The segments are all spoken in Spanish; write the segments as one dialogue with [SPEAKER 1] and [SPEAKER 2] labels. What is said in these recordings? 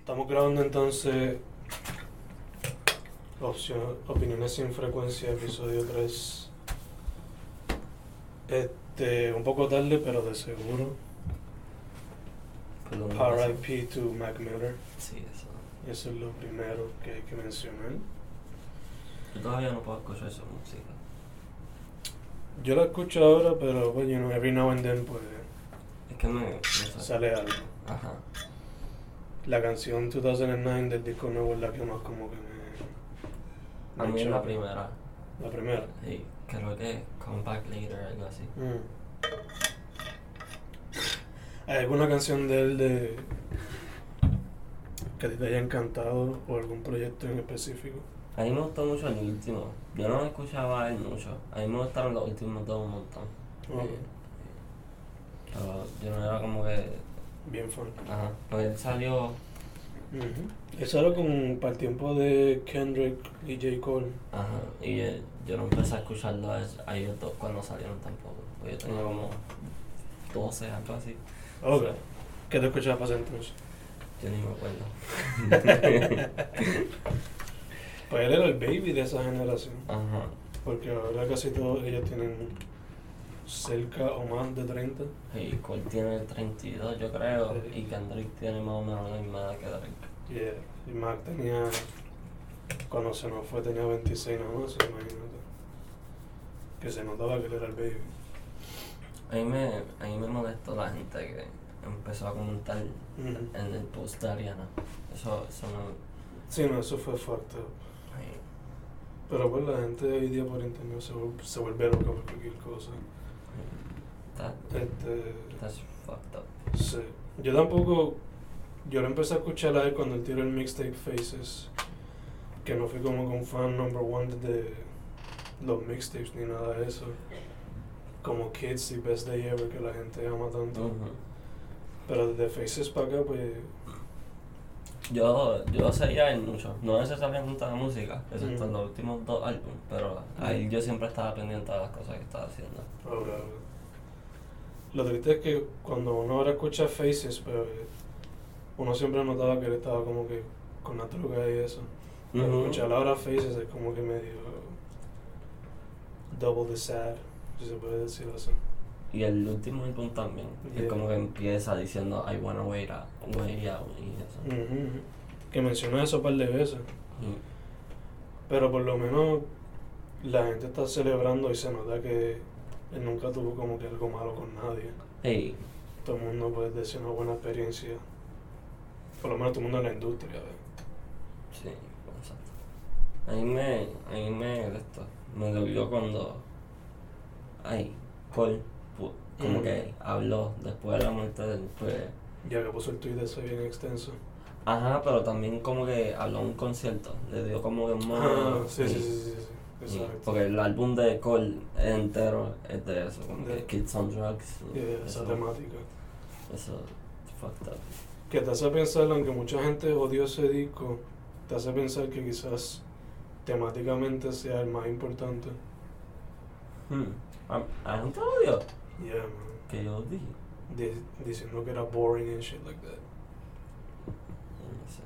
[SPEAKER 1] Estamos grabando entonces opción- Opiniones sin frecuencia, episodio 3. Este, un poco tarde, pero de seguro.
[SPEAKER 2] Perdón,
[SPEAKER 1] RIP to Mac Miller.
[SPEAKER 2] Sí, eso.
[SPEAKER 1] Eso es lo primero que hay que mencionar.
[SPEAKER 2] Yo todavía no puedo escuchar esa música.
[SPEAKER 1] Yo la escucho ahora, pero bueno, you know, every now and then pues
[SPEAKER 2] Es que me. me sale.
[SPEAKER 1] sale algo.
[SPEAKER 2] Ajá.
[SPEAKER 1] La canción 2009 del disco nuevo es la que más como que me...
[SPEAKER 2] A
[SPEAKER 1] me
[SPEAKER 2] mí es la
[SPEAKER 1] choca.
[SPEAKER 2] primera.
[SPEAKER 1] La primera.
[SPEAKER 2] Sí, creo que Come Back Later, algo así.
[SPEAKER 1] Mm. ¿Hay alguna canción de él de... que a ti te haya encantado o algún proyecto en específico?
[SPEAKER 2] A mí me gustó mucho el último. Yo no lo escuchaba a él mucho. A mí me gustaron los últimos dos un montón.
[SPEAKER 1] Ok.
[SPEAKER 2] Sí, sí. Pero yo no era como que.
[SPEAKER 1] Bien funk.
[SPEAKER 2] Ajá. Pues él salió.
[SPEAKER 1] Ujú. Eso era con para el tiempo de Kendrick y J. Cole.
[SPEAKER 2] Ajá. Y eh, yo no empecé a escucharlo a, a ellos dos cuando salieron tampoco. Pues yo tenía como 12, algo así.
[SPEAKER 1] Ok.
[SPEAKER 2] So,
[SPEAKER 1] ¿Qué Oh, te escuchabas para ese entonces?
[SPEAKER 2] Yo ni me acuerdo.
[SPEAKER 1] Pues él era el baby de esa generación.
[SPEAKER 2] Ajá.
[SPEAKER 1] Porque ahora casi todos ellos tienen cerca o más de 30.
[SPEAKER 2] Y Cole tiene 32, yo creo.
[SPEAKER 1] Sí.
[SPEAKER 2] Y Kendrick tiene más o menos la misma edad que Drake.
[SPEAKER 1] Yeah. Y Mac tenía, cuando se nos fue tenía 26 nada más, imagínate. Que se notaba que él era el baby.
[SPEAKER 2] A mí me, a mí me molestó la gente que empezó a comentar
[SPEAKER 1] Ujú.
[SPEAKER 2] en el post de Ariana. Eso, eso no.
[SPEAKER 1] Sí, no, eso fue fucked up.
[SPEAKER 2] ay,
[SPEAKER 1] Pero pues la gente hoy día por internet se, vuel- se vuelve loca por cualquier cosa.
[SPEAKER 2] ay, that-
[SPEAKER 1] Este,
[SPEAKER 2] that's fucked up.
[SPEAKER 1] sí. Yo tampoco, yo lo empecé a escuchar a él cuando él tiró el mixtape Faces, que no fui como con fan number one de los mixtapes ni nada de eso. Como Kids y Best Day Ever, que la gente ama tanto.
[SPEAKER 2] Ujú.
[SPEAKER 1] Pero desde Faces para acá, pues.
[SPEAKER 2] Yo, yo seguía en mucho, no necesariamente la música, excepto en
[SPEAKER 1] Mm.
[SPEAKER 2] los últimos dos álbumes, pero ahí yo siempre estaba pendiente de las cosas que estaba haciendo.
[SPEAKER 1] Ahora. Lo triste es que cuando uno ahora escucha Faces, pues. Uno siempre notaba que él estaba como que con la droga y eso. Pero
[SPEAKER 2] Ujú.
[SPEAKER 1] escuchar ahora Faces es como que medio. Double the sad, si se puede decir así.
[SPEAKER 2] Y el último álbum también.
[SPEAKER 1] Yeah.
[SPEAKER 2] Es como que empieza diciendo I wanna wait out, wait out y eso.
[SPEAKER 1] Ujú. Que mencionó eso un par de veces.
[SPEAKER 2] Mm.
[SPEAKER 1] Pero por lo menos la gente está celebrando y se nota que él nunca tuvo como que algo malo con nadie.
[SPEAKER 2] Hey,
[SPEAKER 1] todo el mundo puede decir una buena experiencia. Por lo menos todo el mundo en la industria. ¿ve?
[SPEAKER 2] sí, exacto. A mí me, a mí me, esto, me dolió cuando, ay, Cole, pu- como
[SPEAKER 1] Mm.
[SPEAKER 2] que habló después de la muerte del, pues,
[SPEAKER 1] Ya que puso el tweet ese bien extenso.
[SPEAKER 2] ajá, pero también como que habló en un concierto, le dio como que un
[SPEAKER 1] Ah,
[SPEAKER 2] monólogo,
[SPEAKER 1] sí, sí,
[SPEAKER 2] y-
[SPEAKER 1] sí, sí, sí.
[SPEAKER 2] y-
[SPEAKER 1] Exacto.
[SPEAKER 2] Porque el álbum de Cole entero es de eso, como
[SPEAKER 1] De-
[SPEAKER 2] que Kids on Drugs. y
[SPEAKER 1] Yeah, esa
[SPEAKER 2] eso-
[SPEAKER 1] temática.
[SPEAKER 2] Eso, fucked up.
[SPEAKER 1] Que te hace pensar, aunque mucha gente odió ese disco, te hace pensar que quizás temáticamente sea el más importante.
[SPEAKER 2] Hmm. A, a gente lo dio.
[SPEAKER 1] Yeah, man.
[SPEAKER 2] Que yo dije.
[SPEAKER 1] Di- diciendo que era boring and shit like that.
[SPEAKER 2] No sé.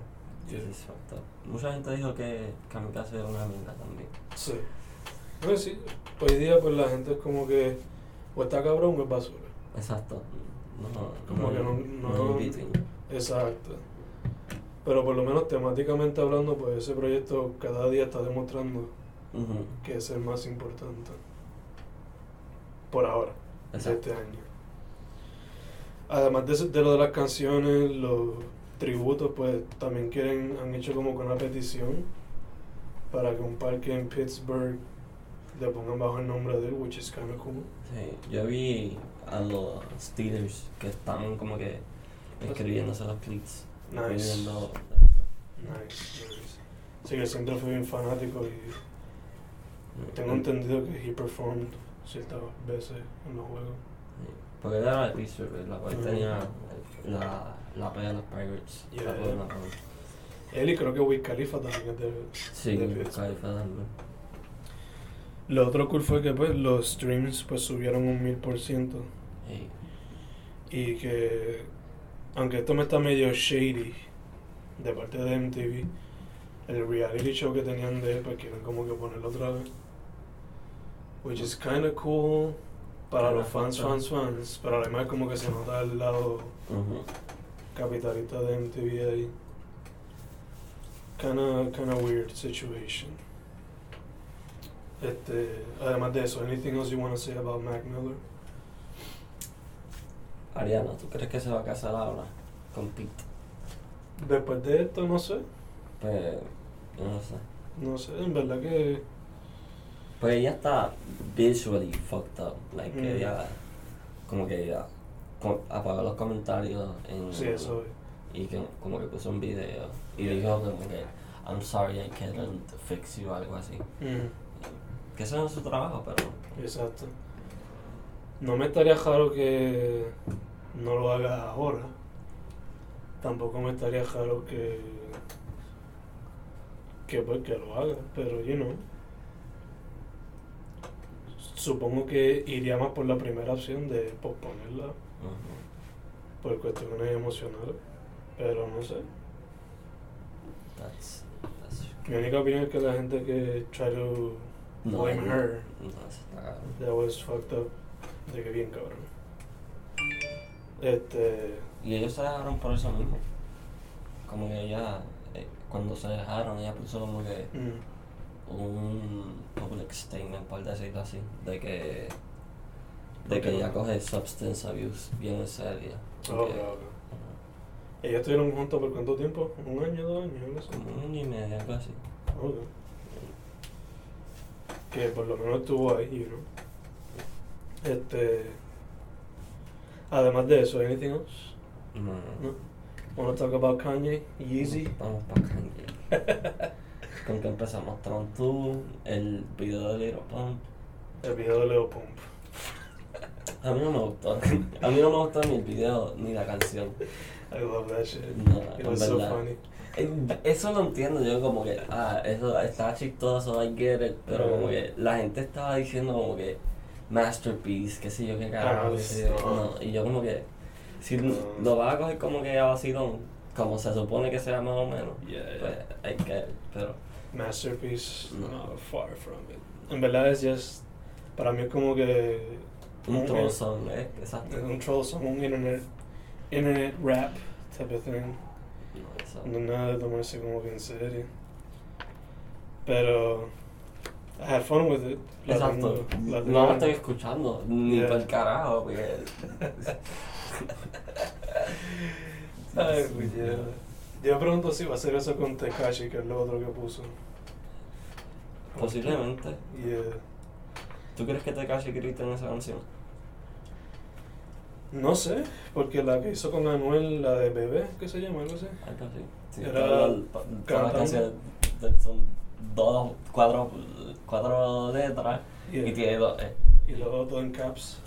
[SPEAKER 1] Yeah.
[SPEAKER 2] This is fucked up. Mucha gente dijo que Kamikaze era una mierda también.
[SPEAKER 1] Sí. No, sí. Hoy día, pues la gente es como que, o está cabrón o es basura.
[SPEAKER 2] Exacto. No,
[SPEAKER 1] Como
[SPEAKER 2] no,
[SPEAKER 1] que no-
[SPEAKER 2] hay
[SPEAKER 1] no-
[SPEAKER 2] in between.
[SPEAKER 1] Exacto. Pero por lo menos temáticamente hablando, pues ese proyecto cada día está demostrando
[SPEAKER 2] Ujú.
[SPEAKER 1] que es el más importante. Por ahora, de
[SPEAKER 2] Exacto.
[SPEAKER 1] este año. Además de, eso- de lo de las canciones, los tributos, pues también quieren, han hecho como que una petición para que un parque en Pittsburgh le pongan bajo el nombre de él, which is kind cool.
[SPEAKER 2] este- Sí, yo vi a los Steelers que están como que escribiéndose los clips.
[SPEAKER 1] Nice.
[SPEAKER 2] escribiendo-
[SPEAKER 1] Nice, nice. Sí, que siempre fui un fanático y
[SPEAKER 2] eh,
[SPEAKER 1] Tengo entendido que he performed ciertas veces en los juegos.
[SPEAKER 2] Sí, Porque era la de Pittsburgh, ¿verdad? Porque
[SPEAKER 1] Ujú.
[SPEAKER 2] tenía la, la pelea de los Pirates.
[SPEAKER 1] Yeah.
[SPEAKER 2] La buena, ¿no?
[SPEAKER 1] Él y creo que Wiz Khalifa también es de...
[SPEAKER 2] Sí,
[SPEAKER 1] De
[SPEAKER 2] Kyle
[SPEAKER 1] Pittsburgh.
[SPEAKER 2] Federer.
[SPEAKER 1] Lo otro cool fue que pues, los streams pues subieron un mil por ciento
[SPEAKER 2] Sí.
[SPEAKER 1] y que aunque esto me está medio shady de parte de MTV, el reality show que tenían de él, pues quieren como que ponerlo otra vez. Which is kind of cool para
[SPEAKER 2] Para
[SPEAKER 1] los fans,
[SPEAKER 2] la gente.
[SPEAKER 1] fans, fans, pero además como que se nota el lado
[SPEAKER 2] Ujú.
[SPEAKER 1] capitalista de MTV ahí. Kinda, kinda weird situation. Este, además de eso, anything else you want to say about Mac Miller?
[SPEAKER 2] Ariana, ¿tú crees que se va a casar ahora con Pete?
[SPEAKER 1] Después de esto, no sé,
[SPEAKER 2] Pues, yo no sé.
[SPEAKER 1] no sé, en verdad que...
[SPEAKER 2] Pues ella está visually fucked up. Like,
[SPEAKER 1] Mm.
[SPEAKER 2] ella, como que ella co- apagó los comentarios en,
[SPEAKER 1] Sí, eso es.
[SPEAKER 2] y que, como que puso un video y dijo como que, I'm sorry I can't fix you, algo así.
[SPEAKER 1] Mm.
[SPEAKER 2] Que eso no es su trabajo, pero...
[SPEAKER 1] Exacto. No me estaría raro que no lo haga ahora. Tampoco me estaría raro que. que pues que lo haga, pero yo no. Supongo que iría más por la primera opción de posponerla
[SPEAKER 2] ujú,
[SPEAKER 1] por cuestiones emocionales, pero no sé.
[SPEAKER 2] that's- that's-
[SPEAKER 1] Mi única opinión es que la gente que try to blame
[SPEAKER 2] no,
[SPEAKER 1] her,
[SPEAKER 2] No, eso está cabrón.
[SPEAKER 1] that was fucked up, de que bien cabrón. Este.
[SPEAKER 2] Y ellos se dejaron por eso mismo. Como que ella, eh, cuando se dejaron, ella puso como que
[SPEAKER 1] Mm.
[SPEAKER 2] un public statement, por decirlo así, de que, de
[SPEAKER 1] Ok.
[SPEAKER 2] que ella coge substance abuse bien en serio.
[SPEAKER 1] Ah, ok, ok.
[SPEAKER 2] Ajá.
[SPEAKER 1] ¿Ellos estuvieron juntos por cuánto tiempo? ¿Un año, dos años? Algo así.
[SPEAKER 2] Como un año y medio, algo así.
[SPEAKER 1] Ok. Que por lo menos estuvo ahí, ¿no? Este. Además de eso, ¿anything else?
[SPEAKER 2] No,
[SPEAKER 1] No. Wanna talk about Kanye? Yeezy?
[SPEAKER 2] Mm. Vamos para Kanye. Con que empezamos Tron tú, el video de Little Pump.
[SPEAKER 1] El video de Leo Pump.
[SPEAKER 2] A mí no me gustó. A mí no me gustó ni el video ni la canción.
[SPEAKER 1] I love that shit.
[SPEAKER 2] No,
[SPEAKER 1] It
[SPEAKER 2] en
[SPEAKER 1] was so
[SPEAKER 2] verdad.
[SPEAKER 1] funny.
[SPEAKER 2] Eh, Eso lo entiendo yo como que, ah, eso está chistoso, I get it, pero como que la gente estaba diciendo como que masterpiece, qué sé yo, qué carajo,
[SPEAKER 1] Ah,
[SPEAKER 2] qué sé
[SPEAKER 1] sí. Ah.
[SPEAKER 2] yo, no, y yo como que, si n- lo vas a coger como que a vacilón, como se supone que sea más o menos,
[SPEAKER 1] Yeah,
[SPEAKER 2] pues I get it, pero
[SPEAKER 1] Masterpiece.
[SPEAKER 2] No.
[SPEAKER 1] No, far from it. En verdad es just. Para mí es como que.
[SPEAKER 2] un
[SPEAKER 1] Ok.
[SPEAKER 2] troll song, ¿eh? Exacto.
[SPEAKER 1] Un troll song, un internet. Internet rap type of thing.
[SPEAKER 2] No, eso.
[SPEAKER 1] No nada de tomarse como que en serio. Pero. I had fun with it. La
[SPEAKER 2] Exacto.
[SPEAKER 1] tengo- la
[SPEAKER 2] No
[SPEAKER 1] tengo.
[SPEAKER 2] lo estoy escuchando, ni
[SPEAKER 1] Yeah.
[SPEAKER 2] por el carajo, porque...
[SPEAKER 1] Ay, pues, ya. Yo pregunto si va a hacer eso con Tekashi, que es lo otro que puso.
[SPEAKER 2] Posiblemente.
[SPEAKER 1] Yeah.
[SPEAKER 2] ¿Tú crees que Tekashi grita en esa canción?
[SPEAKER 1] No sé, porque la que hizo con Anuel, la de bebé, ¿qué se llama? Algo así.
[SPEAKER 2] Algo así. Sí,
[SPEAKER 1] Era
[SPEAKER 2] todas las- todas las
[SPEAKER 1] cantando.
[SPEAKER 2] canciones de- son dos, cuatro, cuatro letras
[SPEAKER 1] Yeah.
[SPEAKER 2] y tiene dos. eh.
[SPEAKER 1] Y luego todo en caps.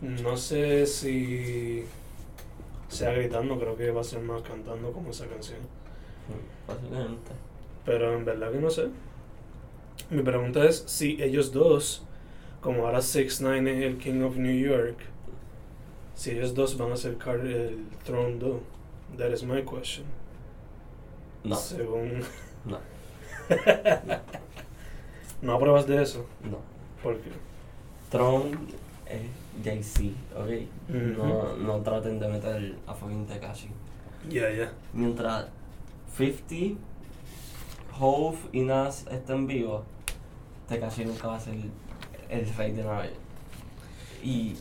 [SPEAKER 1] No sé si sea gritando, creo que va a ser más cantando como esa canción.
[SPEAKER 2] Posiblemente.
[SPEAKER 1] Pero en verdad que no sé. Mi pregunta es si ellos dos, como ahora 6 9 es el King of New York, si ellos dos van a acercar el Throne 2. That is my question.
[SPEAKER 2] No,
[SPEAKER 1] Según...
[SPEAKER 2] no,
[SPEAKER 1] No pruebas de eso,
[SPEAKER 2] no.
[SPEAKER 1] porque...
[SPEAKER 2] Tron es Jay-Z, ¿ok? no,
[SPEAKER 1] Ujú.
[SPEAKER 2] no traten de meter a fucking Tekashi.
[SPEAKER 1] Ya, ya.
[SPEAKER 2] Mientras 50, Hove y Nas estén vivos, Tekashi nunca va a ser el rey de Nueva York. Y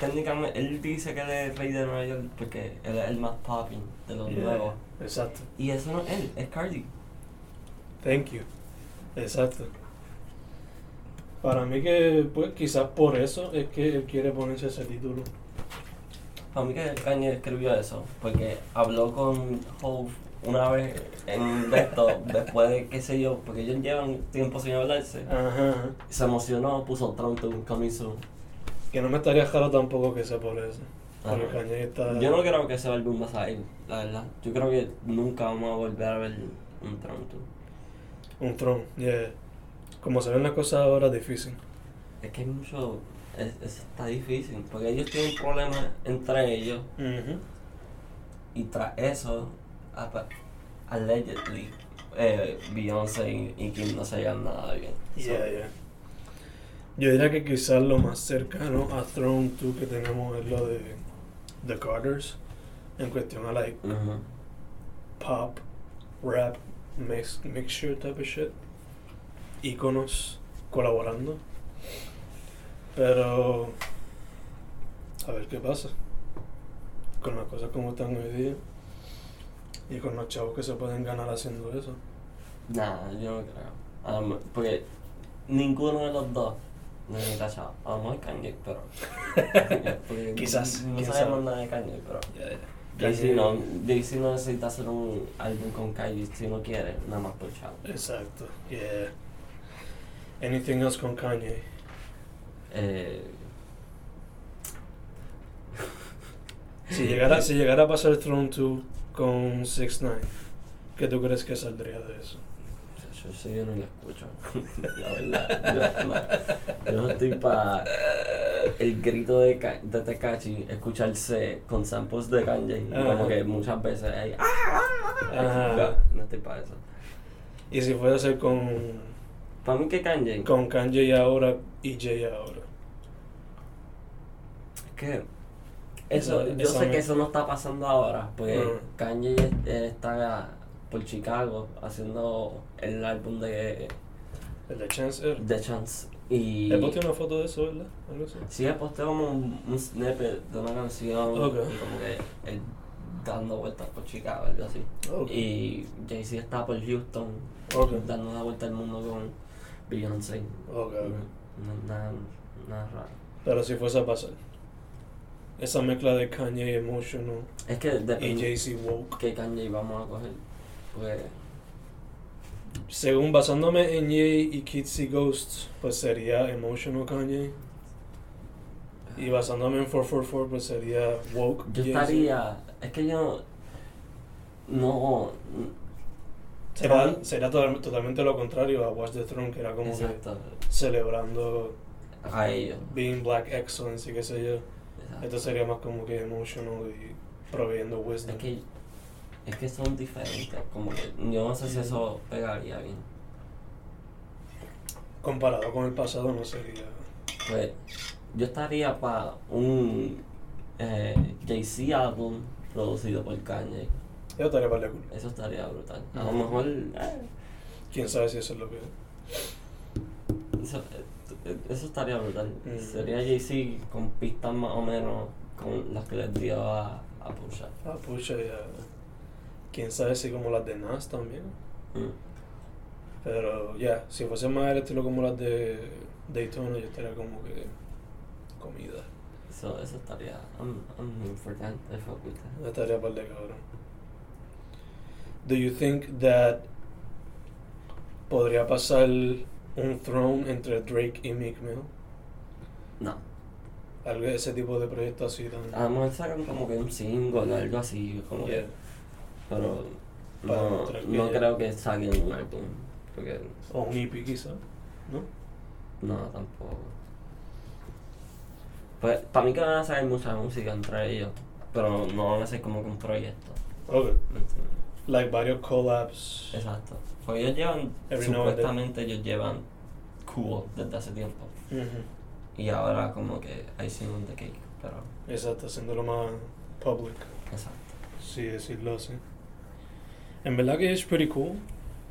[SPEAKER 2] técnicamente él dice que él es el rey de Nueva York porque él es el más popping de los
[SPEAKER 1] Ya,
[SPEAKER 2] nuevos.
[SPEAKER 1] ya. Exacto.
[SPEAKER 2] Y eso no es él, es Cardi.
[SPEAKER 1] Thank you. Exacto. Para mí que, pues, quizás por eso es que él quiere ponerse ese título.
[SPEAKER 2] Para mí que Kanye escribió eso, porque habló con Hove una vez en esto, después de qué sé yo, porque ellos llevan tiempo sin hablarse.
[SPEAKER 1] Ajá. ajá.
[SPEAKER 2] Se emocionó, puso Trump to coming soon.
[SPEAKER 1] Que no me estaría jaro tampoco que sea por eso. Porque
[SPEAKER 2] Ajá.
[SPEAKER 1] Kanye está...
[SPEAKER 2] Yo no creo que ese álbum va a salir, la verdad. Yo creo que nunca vamos a volver a ver un Trump Tour.
[SPEAKER 1] Un tron, yeah. Como se ven las cosas ahora, difícil.
[SPEAKER 2] Es que hay mucho. Es, es- está difícil, porque ellos tienen problemas entre ellos. Y tras eso, apa- allegedly, eh, Beyoncé y, y Kim no se llevan nada bien. So,
[SPEAKER 1] Yeah, yeah. Yo diría que quizás lo más cercano a Throne 2 que tenemos es lo de The Carters. En cuestión a like
[SPEAKER 2] ujú.
[SPEAKER 1] pop, rap, mix, mixture type of shit. Íconos colaborando. Pero a ver qué pasa. Con las cosas como están hoy día. Y con los chavos que se pueden ganar haciendo eso.
[SPEAKER 2] Nah, yo no creo. A lo me- porque ninguno de los dos necesita chavo. A lo mejor Kanye, pero. porque
[SPEAKER 1] Quizás,
[SPEAKER 2] No
[SPEAKER 1] quién
[SPEAKER 2] sabemos
[SPEAKER 1] sabe.
[SPEAKER 2] nada de Kanye, pero.
[SPEAKER 1] Ya
[SPEAKER 2] Jay-Z
[SPEAKER 1] que-
[SPEAKER 2] no, Jay-Z no necesita hacer un álbum con Kanye si no quiere, nada más por chavo.
[SPEAKER 1] Exacto, yeah. Anything else con Kanye?
[SPEAKER 2] Eh,
[SPEAKER 1] Si llegara, si llegara a pasar Throne 2 con 6 9 ¿qué tú crees que saldría de eso?
[SPEAKER 2] Yo, sí, yo no lo escucho. La verdad. Yo, no- yo no estoy para el grito de, Ka- de Tekashi, escucharse con samples de Kanye.
[SPEAKER 1] Ajá.
[SPEAKER 2] Como que muchas veces hay. "Ah, ah, ah".
[SPEAKER 1] Ajá.
[SPEAKER 2] No, no estoy para eso.
[SPEAKER 1] Y si fuera a ser con,
[SPEAKER 2] Para mí que Kanye.
[SPEAKER 1] con Kanye ahora y Jay ahora.
[SPEAKER 2] Es que. Eso,
[SPEAKER 1] Esa-
[SPEAKER 2] yo
[SPEAKER 1] esa
[SPEAKER 2] sé
[SPEAKER 1] me-
[SPEAKER 2] que eso no está pasando ahora, porque
[SPEAKER 1] Ajá.
[SPEAKER 2] Kanye eh, está por Chicago haciendo el álbum de,
[SPEAKER 1] El de Chance Él
[SPEAKER 2] de Chance. Y
[SPEAKER 1] Él posteó una foto de eso, ¿verdad? Algo así.
[SPEAKER 2] Sí, posteo como un, un snippet de una canción
[SPEAKER 1] Ok.
[SPEAKER 2] y como que él dando vueltas por Chicago, algo así.
[SPEAKER 1] Ah, Ok.
[SPEAKER 2] Y Jay-Z está por Houston,
[SPEAKER 1] Ok.
[SPEAKER 2] dando una vuelta al mundo con Beyoncé.
[SPEAKER 1] Ok, ok.
[SPEAKER 2] No, no- nada, nada raro.
[SPEAKER 1] Pero si fuese a pasar. Esa mezcla de Kanye emotional
[SPEAKER 2] Es que
[SPEAKER 1] y
[SPEAKER 2] depende
[SPEAKER 1] Jay-Z woke.
[SPEAKER 2] qué Kanye vamos a coger. Porque
[SPEAKER 1] Según basándome en Jay y Kitsy Ghost, pues sería emotional Kanye.
[SPEAKER 2] Ah.
[SPEAKER 1] Y basándome en 444, pues sería woke.
[SPEAKER 2] yo
[SPEAKER 1] Jay-Z.
[SPEAKER 2] estaría... Es que yo... No...
[SPEAKER 1] Será,
[SPEAKER 2] Tron.
[SPEAKER 1] será to- totalmente lo contrario a Watch the Throne, que era como
[SPEAKER 2] Exacto.
[SPEAKER 1] que celebrando
[SPEAKER 2] A ellos.
[SPEAKER 1] being black excellence y qué sé yo.
[SPEAKER 2] Exacto.
[SPEAKER 1] Esto sería más como que emotional y proveyendo
[SPEAKER 2] Es
[SPEAKER 1] wisdom.
[SPEAKER 2] que, es que son diferentes, como que yo no sé si eso pegaría bien.
[SPEAKER 1] Comparado con el pasado, no sería.
[SPEAKER 2] Pues yo estaría para un eh, Jay-Z álbum producido por Kanye.
[SPEAKER 1] Yo estaría para la culpa.
[SPEAKER 2] Eso estaría brutal. A lo
[SPEAKER 1] Ujú.
[SPEAKER 2] mejor eh,
[SPEAKER 1] Quién sabe si eso es lo que.
[SPEAKER 2] eso, eh, eso estaría brutal.
[SPEAKER 1] Mm.
[SPEAKER 2] Sería Jay-Z con pistas más o menos con las que les dio a, a Pusha.
[SPEAKER 1] Ah, pucha, ya. Quién sabe si como las de Nas también.
[SPEAKER 2] Mm.
[SPEAKER 1] Pero ya, si fuese más el estilo como las de Daytona, yo estaría como que. comida.
[SPEAKER 2] So, eso estaría. I'm, I'm in for that. I fuck with that.
[SPEAKER 1] Una tarea para el cabrón. Do you think that podría pasar un throne entre Drake y Meek Mill?
[SPEAKER 2] No.
[SPEAKER 1] Algo de ese tipo de proyecto así tan...
[SPEAKER 2] A lo mejor sacan como que un single o algo así. Como que,
[SPEAKER 1] Yeah.
[SPEAKER 2] Pero
[SPEAKER 1] Para
[SPEAKER 2] no,
[SPEAKER 1] mostrar que
[SPEAKER 2] no
[SPEAKER 1] ya-
[SPEAKER 2] creo que saquen un álbum. Porque
[SPEAKER 1] O un EP quizá, ¿no?
[SPEAKER 2] no, tampoco. Pues para mí que van a sacar mucha música entre ellos. Pero no van a ser como que un proyecto.
[SPEAKER 1] Ok.
[SPEAKER 2] ¿me entiendes?
[SPEAKER 1] Like varios collabs.
[SPEAKER 2] Exacto. Pues ellos llevan,
[SPEAKER 1] Every now and then.
[SPEAKER 2] supuestamente ellos llevan cool desde hace tiempo.
[SPEAKER 1] Ujú.
[SPEAKER 2] Y ahora como que hay sin on the cake. Pero,
[SPEAKER 1] Exacto, haciéndolo más public,
[SPEAKER 2] exacto.
[SPEAKER 1] si decirlo así. En verdad que es pretty cool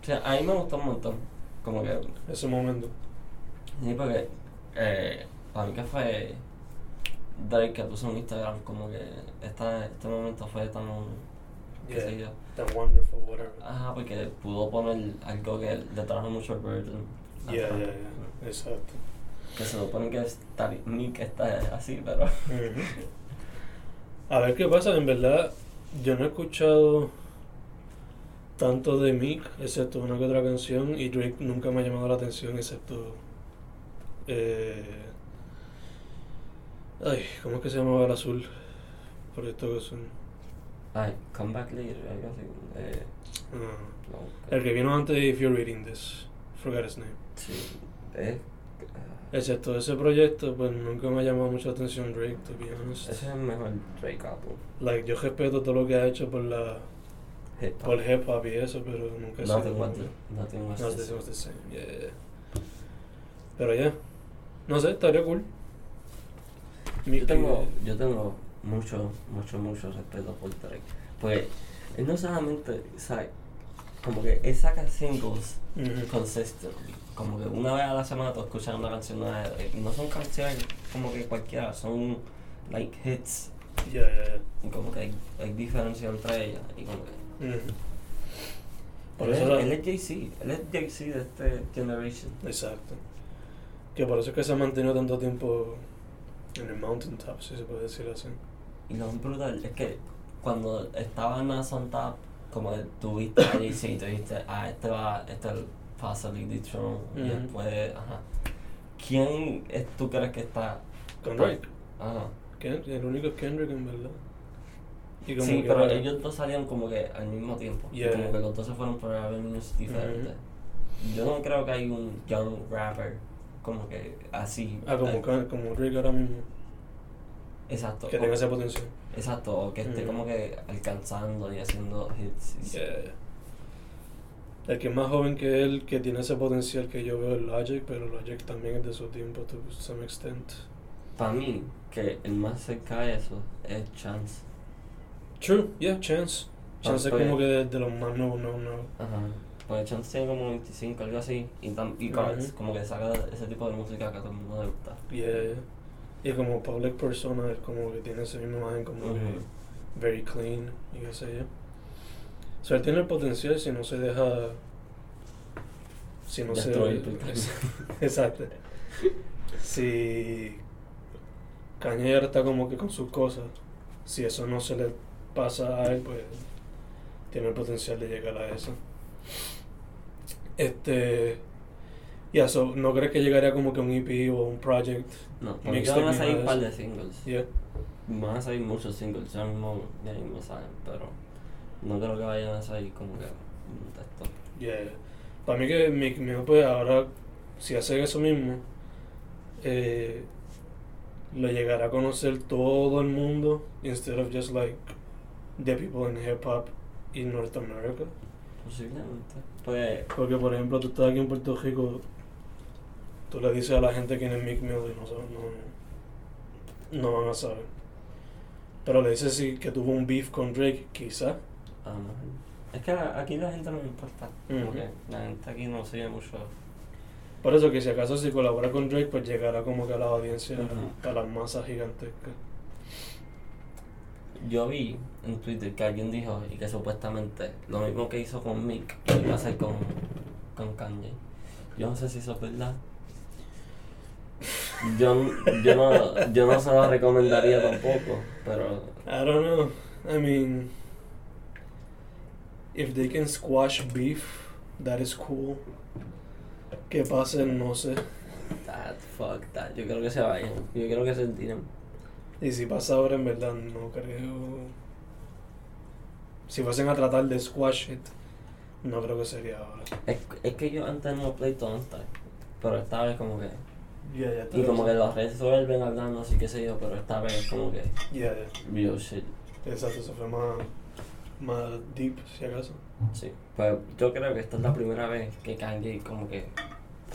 [SPEAKER 2] O sea, a mí me gustó un montón. Como que
[SPEAKER 1] ese momento.
[SPEAKER 2] Sí, porque eh, para mí que fue Drake que puso en Instagram como que esta, este momento fue tan, qué sé yo.
[SPEAKER 1] That wonderful, whatever.
[SPEAKER 2] Ajá, porque pudo poner algo que le trajo mucho burden.
[SPEAKER 1] Yeah, yeah, yeah. Exacto.
[SPEAKER 2] Que se supone que está, ni que está así, pero...
[SPEAKER 1] Ujú. A ver qué pasa, en verdad yo no he escuchado tanto de Mick, excepto una que otra canción, y Drake nunca me ha llamado la atención, excepto... eh, ay, ¿cómo es que se llamaba el azul? Por esto que son...
[SPEAKER 2] Ay, come back later, algo así. Eh,
[SPEAKER 1] ah,
[SPEAKER 2] no,
[SPEAKER 1] el que vino antes de If You're Reading This, Forgot His Name.
[SPEAKER 2] Sí, eh, ah,
[SPEAKER 1] Excepto ese proyecto, pues nunca me ha llamado mucha atención Drake, to be honest.
[SPEAKER 2] ese es el mejor Drake album.
[SPEAKER 1] Like, yo respeto todo lo que ha hecho por la
[SPEAKER 2] hip hop.
[SPEAKER 1] por hip hop y eso, pero nunca sé.
[SPEAKER 2] Nothing was the, nothing was
[SPEAKER 1] No
[SPEAKER 2] the
[SPEAKER 1] sé si
[SPEAKER 2] same.
[SPEAKER 1] was the same, yeah. Pero ya, no sé, estaría cool. Mi-
[SPEAKER 2] Yo tengo, yo tengo mucho, mucho, mucho respeto por Drake. Porque él no solamente, sabe, como que él saca singles
[SPEAKER 1] Ujú.
[SPEAKER 2] consistently. Como que una vez a la semana tú escuchas una canción nueva de Drake. Y no son canciones como que cualquiera, son like hits.
[SPEAKER 1] Ya, ya, ya.
[SPEAKER 2] Y como que hay, hay diferencia entre ellas. Y como que.
[SPEAKER 1] Ujú. Por
[SPEAKER 2] Él es,
[SPEAKER 1] eso la-
[SPEAKER 2] él es Jay-Z, él es Jay-Z de este generation.
[SPEAKER 1] Exacto. Que por eso es que se ha mantenido tanto tiempo en el mountaintop, si se puede decir así.
[SPEAKER 2] Y lo más brutal es que cuando estaba en la Santa, como que tuviste a Jay-Z y tuviste, ah, este va, este va a salir de Tron", Y
[SPEAKER 1] Ujú.
[SPEAKER 2] después, ajá. ¿Quién es, tú crees que está?
[SPEAKER 1] Con
[SPEAKER 2] Pues.
[SPEAKER 1] Drake.
[SPEAKER 2] Ajá.
[SPEAKER 1] Kendrick, el único es Kendrick en verdad. Y
[SPEAKER 2] Sí,
[SPEAKER 1] que
[SPEAKER 2] pero
[SPEAKER 1] ahora-
[SPEAKER 2] ellos dos salían como que al mismo tiempo.
[SPEAKER 1] Yeah.
[SPEAKER 2] Como que los dos se fueron por avenues diferentes. Yo no creo que hay un young rapper como que así.
[SPEAKER 1] Ah, como,
[SPEAKER 2] eh,
[SPEAKER 1] Ken- como Drake ahora mismo.
[SPEAKER 2] Exacto.
[SPEAKER 1] Que
[SPEAKER 2] o-
[SPEAKER 1] tenga ese potencial.
[SPEAKER 2] Exacto, o que esté
[SPEAKER 1] Ujú.
[SPEAKER 2] como que alcanzando y haciendo hits. y-
[SPEAKER 1] Yeah. Eh, El que es más joven que él, que tiene ese potencial que yo veo es Logic, pero Logic también es de su tiempo, to some extent.
[SPEAKER 2] Para mí, que el más cerca de eso es Chance.
[SPEAKER 1] True, yeah, Chance. Chance es
[SPEAKER 2] Tanto
[SPEAKER 1] como
[SPEAKER 2] es.
[SPEAKER 1] que de, de los más nuevos, no, no.
[SPEAKER 2] Ajá. Porque Chance tiene como 25, algo así. Y, tam- y
[SPEAKER 1] Ujú.
[SPEAKER 2] Cards, como que saca ese tipo de música que a todo el mundo le gusta.
[SPEAKER 1] Yeah. Y como public persona, es como que tiene esa misma imagen, como que
[SPEAKER 2] Ujú.
[SPEAKER 1] very clean y qué sé yo. O sea, él tiene el potencial si no se deja. Si no
[SPEAKER 2] Destruir
[SPEAKER 1] se.
[SPEAKER 2] por Kanye.
[SPEAKER 1] Exacto. Si. Kanye ahora está como que con sus cosas. Si eso no se le pasa a él, pues. Tiene el potencial de llegar a eso. Este. Ya, so, ¿no crees que llegaría como que un EP o un project?
[SPEAKER 2] No, porque
[SPEAKER 1] Mixtape
[SPEAKER 2] ya van a
[SPEAKER 1] ni
[SPEAKER 2] salir
[SPEAKER 1] nada
[SPEAKER 2] un
[SPEAKER 1] de
[SPEAKER 2] par
[SPEAKER 1] eso.
[SPEAKER 2] de singles.
[SPEAKER 1] Yeah.
[SPEAKER 2] Van a salir muchos singles, ya mismo, ya mismo salen, pero no creo que vayan a salir como que un texto.
[SPEAKER 1] Yeah. Para mí que mi mi hijo, pues ahora, si hace eso mismo, eh, lo llegará a conocer todo el mundo, instead of just like the people in hip hop in North America.
[SPEAKER 2] Posiblemente. Pues,
[SPEAKER 1] Porque, por ejemplo, tú estás aquí en Puerto Rico, tú le dices a la gente quién es Mick Mill y no, saben, no, no van a saber. Pero le dices sí, que tuvo un beef con Drake, quizá.
[SPEAKER 2] a lo mejor. ah, Es que a- aquí la gente no le importa.
[SPEAKER 1] Ujú.
[SPEAKER 2] Porque la gente aquí no sigue mucho.
[SPEAKER 1] Por eso que si acaso si colabora con Drake, pues llegará como que a la audiencia,
[SPEAKER 2] Ujú.
[SPEAKER 1] a las masas gigantescas.
[SPEAKER 2] Yo vi en Twitter que alguien dijo y que supuestamente lo mismo que hizo con Mick lo iba a hacer con, con Kanye. Yo no sé si eso es verdad. Yo, n- yo, no, yo no se lo recomendaría tampoco, pero
[SPEAKER 1] I don't know. I mean, if they can squash beef, that is cool. Que pase, no sé.
[SPEAKER 2] that, fuck that. Yo creo que se vayan. Yo creo que se tiren.
[SPEAKER 1] Y si pasa ahora, en verdad, no creo. Si fuesen a tratar de squash it, no creo que sería ahora.
[SPEAKER 2] Es, es que yo antes no pleito antes, pero esta vez como que...
[SPEAKER 1] Ya, ya
[SPEAKER 2] Y como que los resuelven hablando así que sé yo, pero esta vez como que...
[SPEAKER 1] Ya, ya.
[SPEAKER 2] Real shit.
[SPEAKER 1] Exacto, eso fue más, más deep, si acaso.
[SPEAKER 2] Sí, pues yo creo que esta es la primera vez que Kanye como que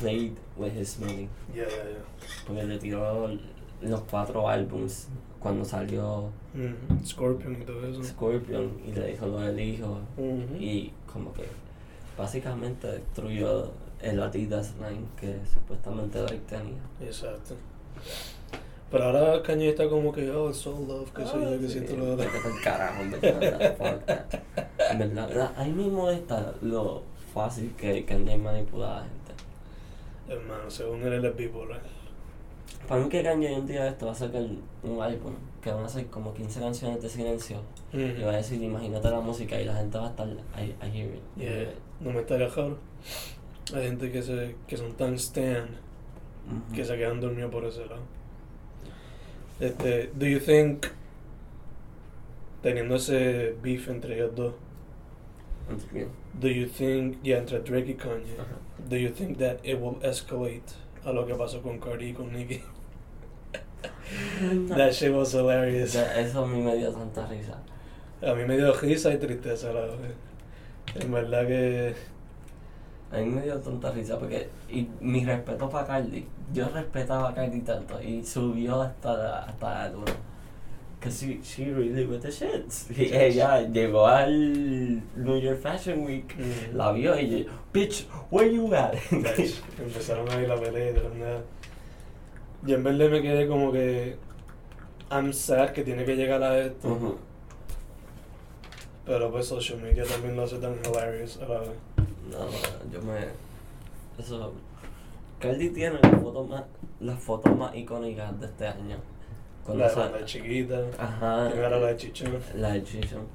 [SPEAKER 2] played with his money,
[SPEAKER 1] Ya, ya, ya.
[SPEAKER 2] porque le tiró l- los cuatro álbums cuando salió
[SPEAKER 1] Mhm. Scorpion y todo eso.
[SPEAKER 2] Scorpion y le dijo lo del hijo
[SPEAKER 1] Ujú.
[SPEAKER 2] y como que básicamente destruyó el Adidas line que supuestamente Drake tenía.
[SPEAKER 1] Exacto. Pero ahora Kanye está como que, oh, it's all love, que soy yo, que
[SPEAKER 2] Ah, Sí,
[SPEAKER 1] siento lo de...
[SPEAKER 2] vete pa'l carajo, en verdad, fuck that. En verdad, la- ahí mismo está lo fácil que Kanye manipula a la gente.
[SPEAKER 1] Hermano, según él, él es bipolar.
[SPEAKER 2] Para mí que Kanye un día de esto va a sacar un álbum que van a ser como 15 canciones de silencio y va a decir imagínate la música y la gente va a estar I, I hear it. I hear
[SPEAKER 1] Yeah,
[SPEAKER 2] it".
[SPEAKER 1] No me estaría jaro. Hay gente que, se, que son tan stan
[SPEAKER 2] Ujú.
[SPEAKER 1] que se quedan dormidos por ese lado. Este, do you think, teniendo ese beef entre ellos dos,
[SPEAKER 2] Entiendo.
[SPEAKER 1] do you think, yeah, entre Drake y Kanye,
[SPEAKER 2] Ajá.
[SPEAKER 1] do you think that it will escalate a lo que pasó con Cardi y con Nicki? That shit was hilarious.
[SPEAKER 2] Ya, Eso a mí me dio tanta risa.
[SPEAKER 1] A mí me dio risa y tristeza a la vez. En verdad que.
[SPEAKER 2] A mí me dio tanta risa porque. Y mi respeto para Cardi. Yo respetaba a Cardi tanto y subió hasta la, hasta la luna. Cause she, she really with the shits. Y ella llegó al New York Fashion Week,
[SPEAKER 1] Mm.
[SPEAKER 2] la vio y yo, bitch, where you at?
[SPEAKER 1] Nice. Empezaron a ir la pelea y de la nada. Y en verdad me quedé como que. I'm sad que tiene que llegar a esto.
[SPEAKER 2] Ujú.
[SPEAKER 1] Pero pues social media también lo hace tan hilarious a la vez.
[SPEAKER 2] No, yo me. Eso. Cardi tiene las fotos más, las fotos más icónicas de este año. Cuando Ah,
[SPEAKER 1] La,
[SPEAKER 2] eh. sa-
[SPEAKER 1] la chiquita.
[SPEAKER 2] Ajá.
[SPEAKER 1] Tiene ahora la de Chichón.
[SPEAKER 2] La de Chichón.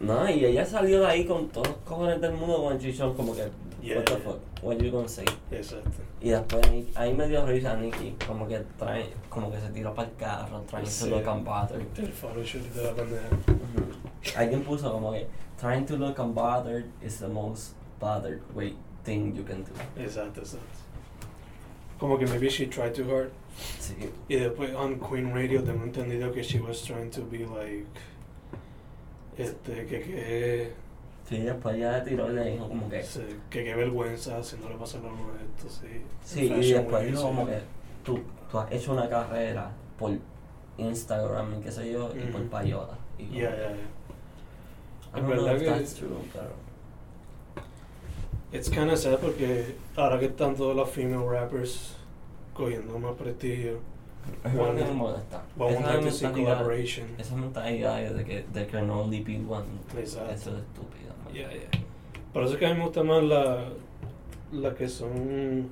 [SPEAKER 2] No, y ella salió de ahí con todos los cojones del mundo con Chichón, como que.
[SPEAKER 1] Yeah.
[SPEAKER 2] What the fuck? What you gonna say?
[SPEAKER 1] Exacto.
[SPEAKER 2] Y después Ni- ahí me dio risa a Nicky, como que trae, como que se tiró para el carro, trae
[SPEAKER 1] Sí.
[SPEAKER 2] su look and bothered.
[SPEAKER 1] El photoshoot de la pendeja.
[SPEAKER 2] Ujú. Alguien puso como que trying to look unbothered is the most bothered way thing you can do.
[SPEAKER 1] Exacto, exacto. Como que maybe she tried too hard.
[SPEAKER 2] Sí.
[SPEAKER 1] Y después on Queen Radio tengo entendido que she was trying to be like. Este, que que.
[SPEAKER 2] Sí, después ya tiró y le dijo como que. Sí,
[SPEAKER 1] se- que qué vergüenza si no le pasa lo mismo a esto, sí.
[SPEAKER 2] y
[SPEAKER 1] Fashion
[SPEAKER 2] después
[SPEAKER 1] Week,
[SPEAKER 2] dijo
[SPEAKER 1] sí.
[SPEAKER 2] como que tú, tú has hecho una carrera por Instagram y qué sé yo, y por
[SPEAKER 1] Ujú.
[SPEAKER 2] payola. Y como-
[SPEAKER 1] Mm-hmm. Yeah, yeah, yeah.
[SPEAKER 2] I
[SPEAKER 1] Es
[SPEAKER 2] don't know
[SPEAKER 1] verdad
[SPEAKER 2] if
[SPEAKER 1] que-
[SPEAKER 2] that's true, pero.
[SPEAKER 1] It's kind of sad porque ahora que están todos los female rappers cogiendo más prestigio,
[SPEAKER 2] Es
[SPEAKER 1] Bueno,
[SPEAKER 2] lo que me molesta.
[SPEAKER 1] vamos
[SPEAKER 2] Esa
[SPEAKER 1] a to see
[SPEAKER 2] mentalidad-
[SPEAKER 1] collaboration.
[SPEAKER 2] Esa mentalidad de que there can only be one.
[SPEAKER 1] Exacto.
[SPEAKER 2] Eso es estúpido. ¿no?
[SPEAKER 1] Yeah, yeah. Por eso es que a mí me gusta más la, la que son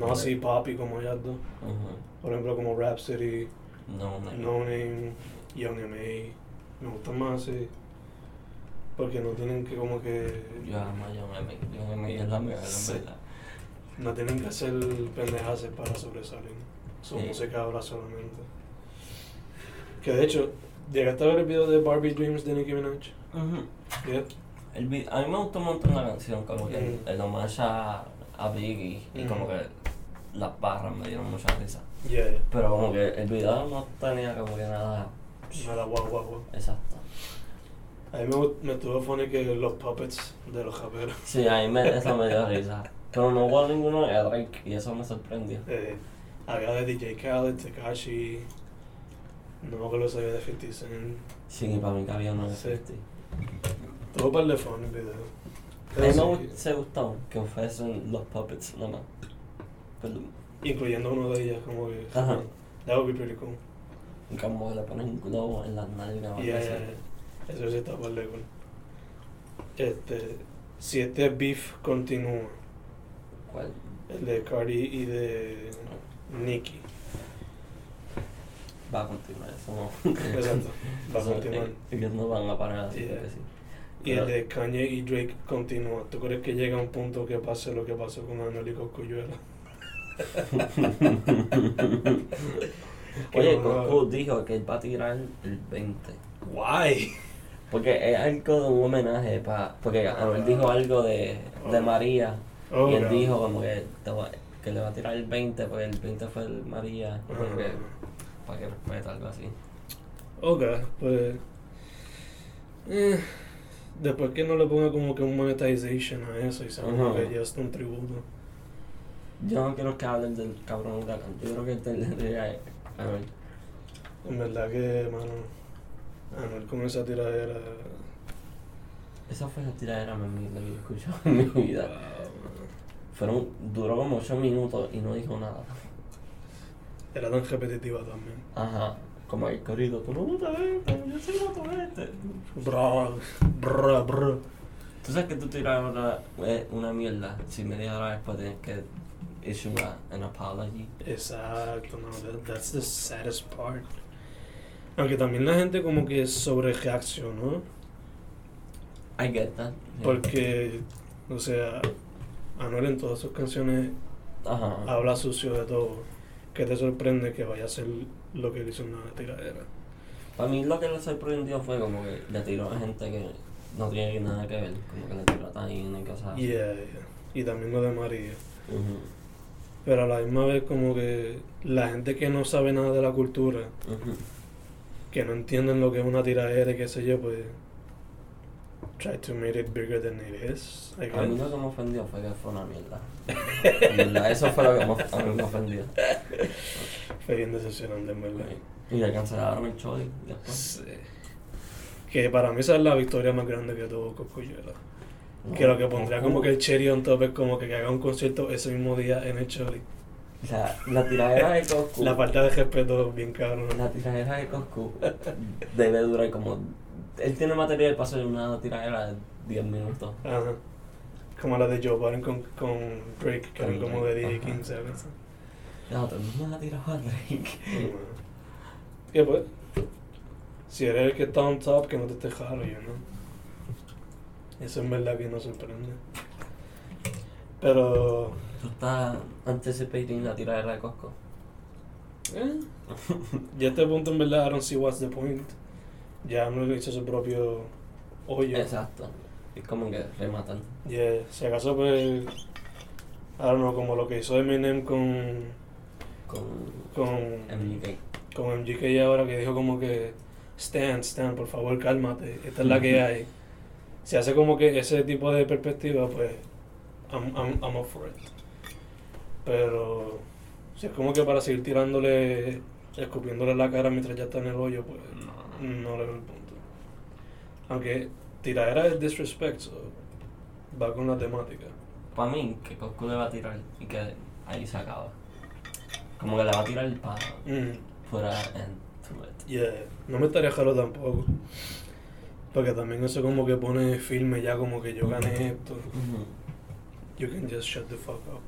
[SPEAKER 1] Nazi Papi como ellas dos.
[SPEAKER 2] Ujú.
[SPEAKER 1] Por ejemplo, como Rhapsody,
[SPEAKER 2] No, no.
[SPEAKER 1] No Name, Young M.A. Me gusta más así. Porque no tienen que como que...
[SPEAKER 2] Yo amo a John M. John M. es la mejor, en
[SPEAKER 1] Sí.
[SPEAKER 2] verdad.
[SPEAKER 1] No tienen que hacer pendejadas para sobresalir. Su
[SPEAKER 2] Sí.
[SPEAKER 1] música habla solamente. Que de hecho, llegaste a ver el video de Barbie Dreams de Nicki Minaj. Yeah.
[SPEAKER 2] El vi- a mí me gustó un montón la canción, como que
[SPEAKER 1] Mm.
[SPEAKER 2] el homage a, a Biggie y
[SPEAKER 1] Mm.
[SPEAKER 2] como que las barras me dieron mucha risa.
[SPEAKER 1] Yeah, yeah.
[SPEAKER 2] Pero como que el video no tenía como que nada
[SPEAKER 1] Nada, guau, guau, guau.
[SPEAKER 2] exacto.
[SPEAKER 1] A mí me, gust- me estuvo funny que los puppets de los raperos.
[SPEAKER 2] Sí, a mí me, eso me dio risa. Pero no hubo ninguno de Drake y eso me sorprendió.
[SPEAKER 1] Eh, había de DJ Khaled, Tekashi. No, que lo sabía de 50 Cent.
[SPEAKER 2] Sí, y para mí que había uno de
[SPEAKER 1] Sí.
[SPEAKER 2] 50.
[SPEAKER 1] Tuvo un par de fun el video.
[SPEAKER 2] A mí me
[SPEAKER 1] Pero
[SPEAKER 2] gust-
[SPEAKER 1] sí,
[SPEAKER 2] se gustó que fuesen los puppets nada más. Pero
[SPEAKER 1] incluyendo uno de ellas, como que.
[SPEAKER 2] Ajá.
[SPEAKER 1] That would be pretty cool.
[SPEAKER 2] como le ponen un globo en las nalgas. o algo
[SPEAKER 1] Yeah,
[SPEAKER 2] así.
[SPEAKER 1] yeah, yeah. eh, Eso sí está por lejos. Este, si este beef continúa,
[SPEAKER 2] ¿Cuál?
[SPEAKER 1] el de Cardi y de Nicki,
[SPEAKER 2] Va a continuar, eso no.
[SPEAKER 1] exacto, va a
[SPEAKER 2] Eso,
[SPEAKER 1] continuar.
[SPEAKER 2] eh, Ellos no van a parar así
[SPEAKER 1] Yeah.
[SPEAKER 2] porque sí.
[SPEAKER 1] Y el de Kanye y Drake continúa, ¿tú crees que llega un punto que pase lo que pasó con Anuel y con Cosculluela? Que
[SPEAKER 2] Oye,
[SPEAKER 1] no,
[SPEAKER 2] Goku dijo que él va a tirar el 20.
[SPEAKER 1] Why?
[SPEAKER 2] Porque es algo de un homenaje para. Porque Anuel dijo algo de, de
[SPEAKER 1] Ah. Oh.
[SPEAKER 2] María.
[SPEAKER 1] Oh,
[SPEAKER 2] y él
[SPEAKER 1] no.
[SPEAKER 2] dijo como que, te va- que le va a tirar el 20, porque el 20 fue el María.
[SPEAKER 1] Ah.
[SPEAKER 2] Para que respete algo así.
[SPEAKER 1] Ok, pues. eh, después que no le ponga como que un monetization a eso y sea como
[SPEAKER 2] Ajá.
[SPEAKER 1] que ya está un tributo.
[SPEAKER 2] Yo no quiero que hablen del cabrón huracán. Yo creo que él tendría. A ver.
[SPEAKER 1] En verdad que, mano, Anuel con esa tiradera.
[SPEAKER 2] Esa fue la tiradera más mierda que yo he escuchado en mi vida. Fueron, duró como 8 minutos y no dijo nada.
[SPEAKER 1] Era tan repetitiva también.
[SPEAKER 2] Ajá. Como el corrido, tú no votas este, yo soy voto este.
[SPEAKER 1] Bra, bra, bra.
[SPEAKER 2] Tú sabes que tú tiras una, eh, una mierda, si media hora después pues tienes que issue a- an apology.
[SPEAKER 1] Exacto, no, that- that's the saddest part. Aunque también la gente como que sobre reaccionó.
[SPEAKER 2] I get that. yeah.
[SPEAKER 1] Porque, o sea, Anuel en todas sus canciones
[SPEAKER 2] Ajá.
[SPEAKER 1] habla sucio de todo. Que te sorprende que vaya a ser lo que él hizo en la tiradera.
[SPEAKER 2] Para mí lo que le sorprendió fue como que le tiró a gente que no tiene nada que ver, como que le tiró a Taina y cosas así.
[SPEAKER 1] Yeah, yeah. Y también lo de María.
[SPEAKER 2] Ujú,
[SPEAKER 1] Pero a la misma vez como que la gente que no sabe nada de la cultura,
[SPEAKER 2] ujú.
[SPEAKER 1] que no entienden lo que es una tiradera y qué sé yo, pues tried to make it bigger than it is. I
[SPEAKER 2] A mí
[SPEAKER 1] guess.
[SPEAKER 2] lo que me ofendió fue que fue una mierda. En verdad, eso fue lo que me- a mí me ofendió.
[SPEAKER 1] Fue bien decepcionante, en verdad.
[SPEAKER 2] Y le cancelaron el show y después.
[SPEAKER 1] Sí. Que para mí esa es la victoria más grande que tuvo Coscuyuela.
[SPEAKER 2] no,
[SPEAKER 1] Que lo que pondría
[SPEAKER 2] no,
[SPEAKER 1] como que el cherry on top es como que haga un concierto ese mismo día en el Choli.
[SPEAKER 2] La, la tiradera de Coscu.
[SPEAKER 1] La falta de respeto bien cabrón.
[SPEAKER 2] La tiradera de Coscu debe durar como. Él tiene material para hacer una tiradera de 10 minutos.
[SPEAKER 1] Ajá. Como la de Joe Biden con, con Drake, que eran
[SPEAKER 2] Con
[SPEAKER 1] como de
[SPEAKER 2] Drake,
[SPEAKER 1] 10 y
[SPEAKER 2] ajá.
[SPEAKER 1] 15 a veces.
[SPEAKER 2] La otra misma la tiraba a Drake.
[SPEAKER 1] Bueno. Y pues, si eres el que está on top, que no te estés jalo, yo no. Eso en verdad que no sorprende. Pero,
[SPEAKER 2] Tú estás anticipating la tiradera de Coscu.
[SPEAKER 1] eh, ya a este punto en verdad, I don't see what's the point. Ya no hizo su propio hoyo.
[SPEAKER 2] Exacto. Es como que rematan.
[SPEAKER 1] Yeah, si acaso, pues, I don't know, como lo que hizo Eminem con,
[SPEAKER 2] Con.
[SPEAKER 1] con
[SPEAKER 2] MGK.
[SPEAKER 1] con MGK ahora que dijo como que Stan, Stan, por favor cálmate, esta es la que hay. Se hace como que ese tipo de perspectiva, pues I'm, I'm, I'm up for it. Pero si es como que para seguir tirándole, escupiéndole la cara mientras ya está en el hoyo, pues no le veo el punto. Aunque tiradera es disrespect, so, va con la temática.
[SPEAKER 2] Para mí, que Coscu le va a tirar y que ahí se acaba. Como que le va a tirar para
[SPEAKER 1] Mm.
[SPEAKER 2] fuera and to it.
[SPEAKER 1] Yeah, no me estaría jalo tampoco. Porque también eso como que pone firme ya como que yo gané esto.
[SPEAKER 2] Ujú.
[SPEAKER 1] You can just shut the fuck up.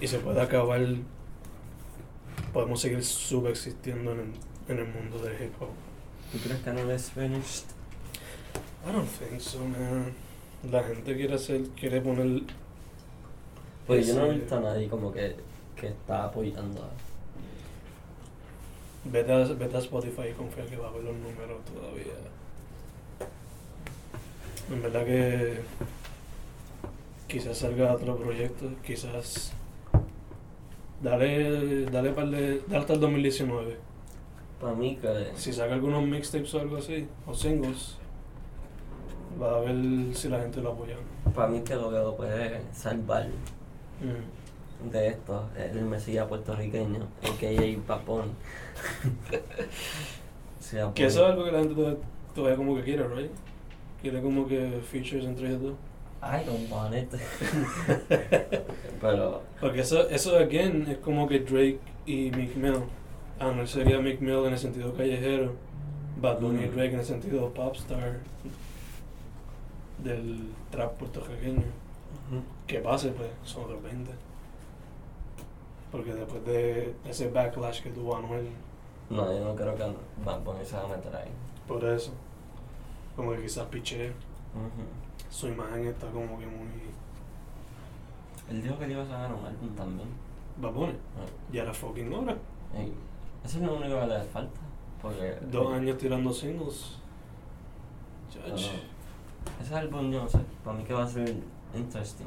[SPEAKER 1] Y se puede acabar. Podemos seguir subexistiendo en el, en el mundo del hip hop.
[SPEAKER 2] ¿Tú crees que no es finished?
[SPEAKER 1] I don't think so, man. La gente quiere hacer, quiere poner.
[SPEAKER 2] Pues yo no he
[SPEAKER 1] ese-
[SPEAKER 2] visto a nadie como que, que está apoyando a...
[SPEAKER 1] Vete a, vete a Spotify y confía que va a ver los números todavía. En verdad que quizás salga otro proyecto, quizás dale, dale par de- dale hasta el 2019.
[SPEAKER 2] Para mí que...
[SPEAKER 1] Si saca algunos mixtapes o algo así, o singles, va a ver si la gente lo apoya.
[SPEAKER 2] Para mí que lo que lo puede salvar de esto es el Mesías puertorriqueño, el que Papón. Se apoya.
[SPEAKER 1] Que eso es algo que la gente todavía, todavía como que quiere, right? Quiere como que features entre ellos dos.
[SPEAKER 2] I don't want it. Pero...
[SPEAKER 1] Porque eso, eso again, es como que Drake y Meek Mill. Ah, no sería Meek Mill en el sentido callejero. Bad Bunny y
[SPEAKER 2] Mm.
[SPEAKER 1] Drake en el sentido popstar del trap puertorriqueño.
[SPEAKER 2] ujú.
[SPEAKER 1] Que pase, pues, son otros 20. Porque después de ese backlash que tuvo Anuel,
[SPEAKER 2] No, yo no creo que Bad Bunny se va a meter ahí.
[SPEAKER 1] por eso, como que quizás piché,
[SPEAKER 2] Ujú.
[SPEAKER 1] su imagen está como que muy...
[SPEAKER 2] Él dijo que le iba a sacar un álbum también.
[SPEAKER 1] Bad Bunny,
[SPEAKER 2] Ah.
[SPEAKER 1] ya era fucking hora.
[SPEAKER 2] Ey, Eso es lo único que le hace falta. Porque.
[SPEAKER 1] Dos años tirando singles.
[SPEAKER 2] eh. Ah, No, no.
[SPEAKER 1] Judge.
[SPEAKER 2] Ese álbum, yo no sé. Para mí que va a ser interesting.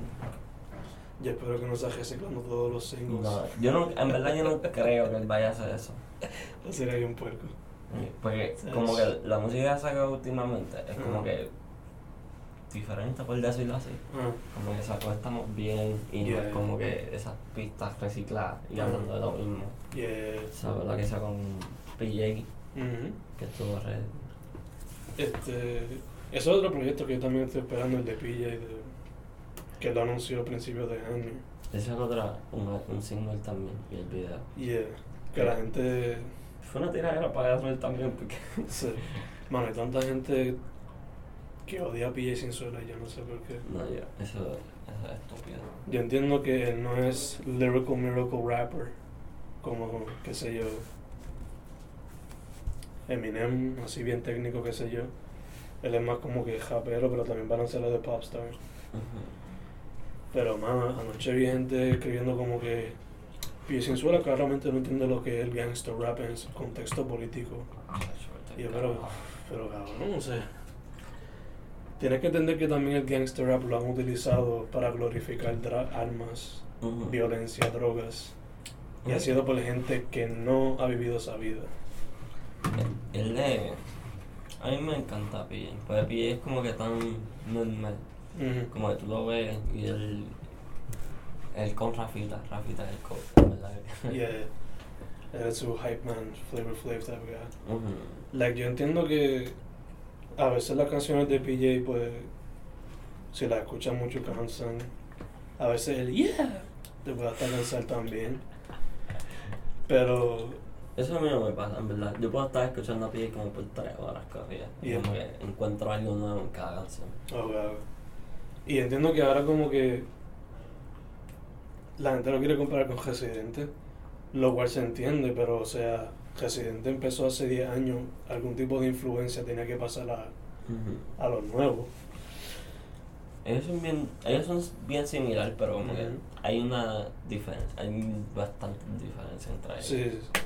[SPEAKER 1] Yo espero que no estés reciclando todos los singles.
[SPEAKER 2] No, yo no, en verdad yo no creo que él vaya a hacer eso.
[SPEAKER 1] Sería bien puerco.
[SPEAKER 2] Ey, Porque
[SPEAKER 1] Sí.
[SPEAKER 2] como que la música que ha sacado últimamente es como
[SPEAKER 1] Ajá.
[SPEAKER 2] que diferente, por decirlo así.
[SPEAKER 1] Ah,
[SPEAKER 2] Como que sacó estamos bien y no
[SPEAKER 1] Yeah.
[SPEAKER 2] es como que esas pistas recicladas y hablando de lo mismo.
[SPEAKER 1] yeah.
[SPEAKER 2] ¿Sabes la que sacó un PJ
[SPEAKER 1] Ujú.
[SPEAKER 2] que estuvo re...
[SPEAKER 1] Este. Eso es otro proyecto que yo también estoy esperando, el de Pilla y de. que lo anunció a principios de año.
[SPEAKER 2] Esa es otra, una- un single también y el video.
[SPEAKER 1] Yeah. Que la gente.
[SPEAKER 2] Fue una tiradera para Gabriel también porque...
[SPEAKER 1] se- Mano, hay tanta gente que odia a Pilla sin suela, yo no sé por qué.
[SPEAKER 2] No, yo, eso, eso es estúpido.
[SPEAKER 1] Yo entiendo que él no es lyrical miracle rapper, como, qué sé yo, Eminem, así bien técnico, qué sé yo. Él es más como que rapero, pero también balanceado de popstar. Pero, mano, anoche vi gente escribiendo como que Piecinzuela claramente no entiende lo que es el gangster rap en su contexto político.
[SPEAKER 2] Ah,
[SPEAKER 1] Y yo, pero, pero cabrón, o sea, tienes que entender que también el gangster rap lo han utilizado para glorificar dra- armas
[SPEAKER 2] Ujú.
[SPEAKER 1] violencia, drogas. Y ha
[SPEAKER 2] Ujú.
[SPEAKER 1] sido por gente que no ha vivido esa vida.
[SPEAKER 2] Él- Él le... A mí me encanta PJ, porque PJ es como que tan normal.
[SPEAKER 1] Ujú.
[SPEAKER 2] Como que tú lo ves y él. Él con Rafita, Rafita es el coach, en ¿verdad?
[SPEAKER 1] Yeah. That's su hype man, Flavor Flav type of guy.
[SPEAKER 2] Ujú.
[SPEAKER 1] Like, yo entiendo que a veces las canciones de PJ, pues, si las escuchan mucho, cansan. A veces el yeah te puede hasta cansar también. Pero,
[SPEAKER 2] Eso a mí no me pasa, en verdad. Yo puedo estar escuchando a PJ como por tres horas corridas. y
[SPEAKER 1] Yeah.
[SPEAKER 2] Como que encuentro algo nuevo en cada canción.
[SPEAKER 1] oh wow. Y entiendo que ahora, como que la gente lo quiere comparar con Residente, lo cual se entiende, pero, o sea, Residente empezó hace 10 años, algún tipo de influencia tenía que pasar a,
[SPEAKER 2] Ujú.
[SPEAKER 1] a los nuevos.
[SPEAKER 2] Ellos son bien, ellos son bien similares, pero como que
[SPEAKER 1] Ujú.
[SPEAKER 2] hay una diferencia, hay bastante diferencia entre ellos.
[SPEAKER 1] Sí, sí, sí.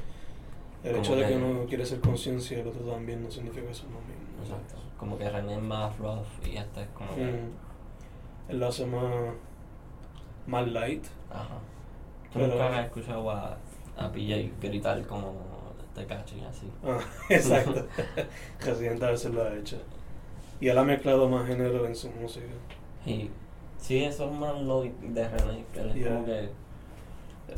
[SPEAKER 1] El
[SPEAKER 2] Como
[SPEAKER 1] hecho de que
[SPEAKER 2] que-
[SPEAKER 1] uno quiere ser conciencia y el otro también no significa que son lo mismo.
[SPEAKER 2] Exacto. Como que René es más rough y este es como que.
[SPEAKER 1] Mm. Él lo hace más, más light.
[SPEAKER 2] Ajá. Tú
[SPEAKER 1] Pero-
[SPEAKER 2] nunca has escuchado a, a PJ gritar como te caching así.
[SPEAKER 1] Ah, exacto. Residente a veces lo ha hecho. Y él ha mezclado más género en su música.
[SPEAKER 2] Y sí, eso es más lo de René, que él es
[SPEAKER 1] Yeah.
[SPEAKER 2] como que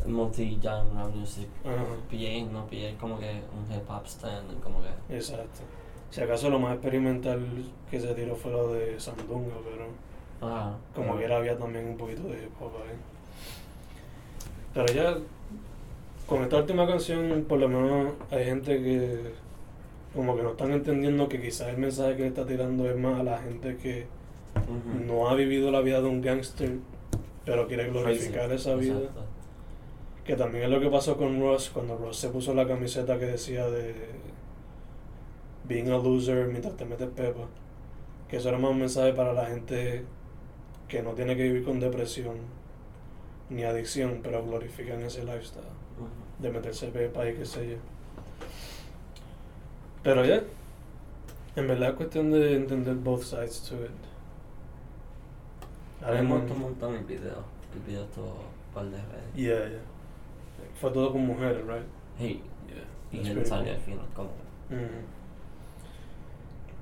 [SPEAKER 2] multi-genre music.
[SPEAKER 1] Ajá.
[SPEAKER 2] PJ no, PJ es como que un hip hop stand, como que.
[SPEAKER 1] Exacto. Si acaso lo más experimental que se tiró fue lo de Sandunga, pero
[SPEAKER 2] Ah,
[SPEAKER 1] como que era había también un poquito de hip hop ahí. Pero ya, con esta última canción, por lo menos hay gente que como que no están entendiendo que quizás el mensaje que le está tirando es más a la gente que
[SPEAKER 2] Ujú.
[SPEAKER 1] no ha vivido la vida de un gángster, pero quiere glorificar
[SPEAKER 2] Crazy.
[SPEAKER 1] esa vida.
[SPEAKER 2] Exacto.
[SPEAKER 1] Que también es lo que pasó con Ross, cuando Ross se puso la camiseta que decía de being a loser mientras te metes pepa. Que eso era más un mensaje para la gente que no tiene que vivir con depresión ni adicción, pero glorifican ese lifestyle
[SPEAKER 2] Ujú.
[SPEAKER 1] de meterse pepa y qué sé yo. Pero ya, en verdad es cuestión de entender both sides to it. Um,
[SPEAKER 2] A mí me
[SPEAKER 1] Además-
[SPEAKER 2] gustó un montón el video. El video estuvo par de redes.
[SPEAKER 1] Yeah, yeah. Fue todo con mujeres, right?
[SPEAKER 2] Hey,
[SPEAKER 1] Yeah.
[SPEAKER 2] y él salió al final como.
[SPEAKER 1] Ujú.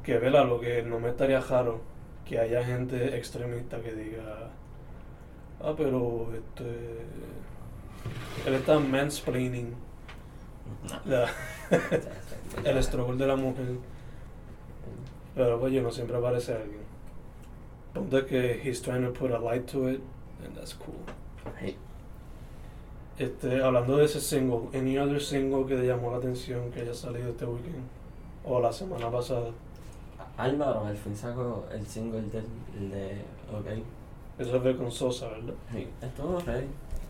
[SPEAKER 1] Que vela, lo que no me estaría raro que haya gente extremista que diga, ah, pero este. Él está mansplaining
[SPEAKER 2] No.
[SPEAKER 1] la- el struggle de la mujer, pero pues yo no siempre aparece alguien. Punto es que he's trying to put a light to it, and that's cool.
[SPEAKER 2] Hey,
[SPEAKER 1] Este, hablando de ese single, ¿any other single que te llamó la atención que haya salido este weekend? O la semana pasada.
[SPEAKER 2] Álvaro, al fin sacó el single del el de OK.
[SPEAKER 1] Eso fue con Sosa, ¿verdad?
[SPEAKER 2] Hey, estuvo ready.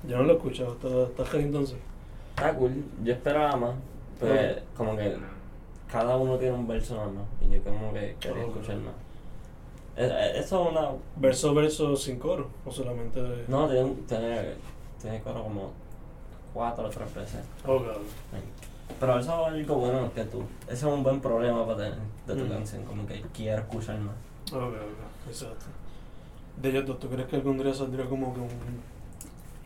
[SPEAKER 1] Yo no lo he escuchado, ¿está, está heavy entonces?
[SPEAKER 2] Está cool. Yo esperaba más. Pero como que cada uno tiene un verso nada más. Y yo como que quería
[SPEAKER 1] Oh.
[SPEAKER 2] escuchar más. Eh, eh, Eso es una.
[SPEAKER 1] Verso, verso, sin coro, o solamente...
[SPEAKER 2] No, tiene, un- tiene, tiene coro como cuatro o tres veces.
[SPEAKER 1] Oh, God.
[SPEAKER 2] Pero eso es algo bueno que tú. Ese es un buen problema para tener de tu
[SPEAKER 1] Mm.
[SPEAKER 2] canción, como que quiero escuchar más.
[SPEAKER 1] Oh, God, God. exacto. De ellos dos, ¿tú crees que algún día saldría como que un,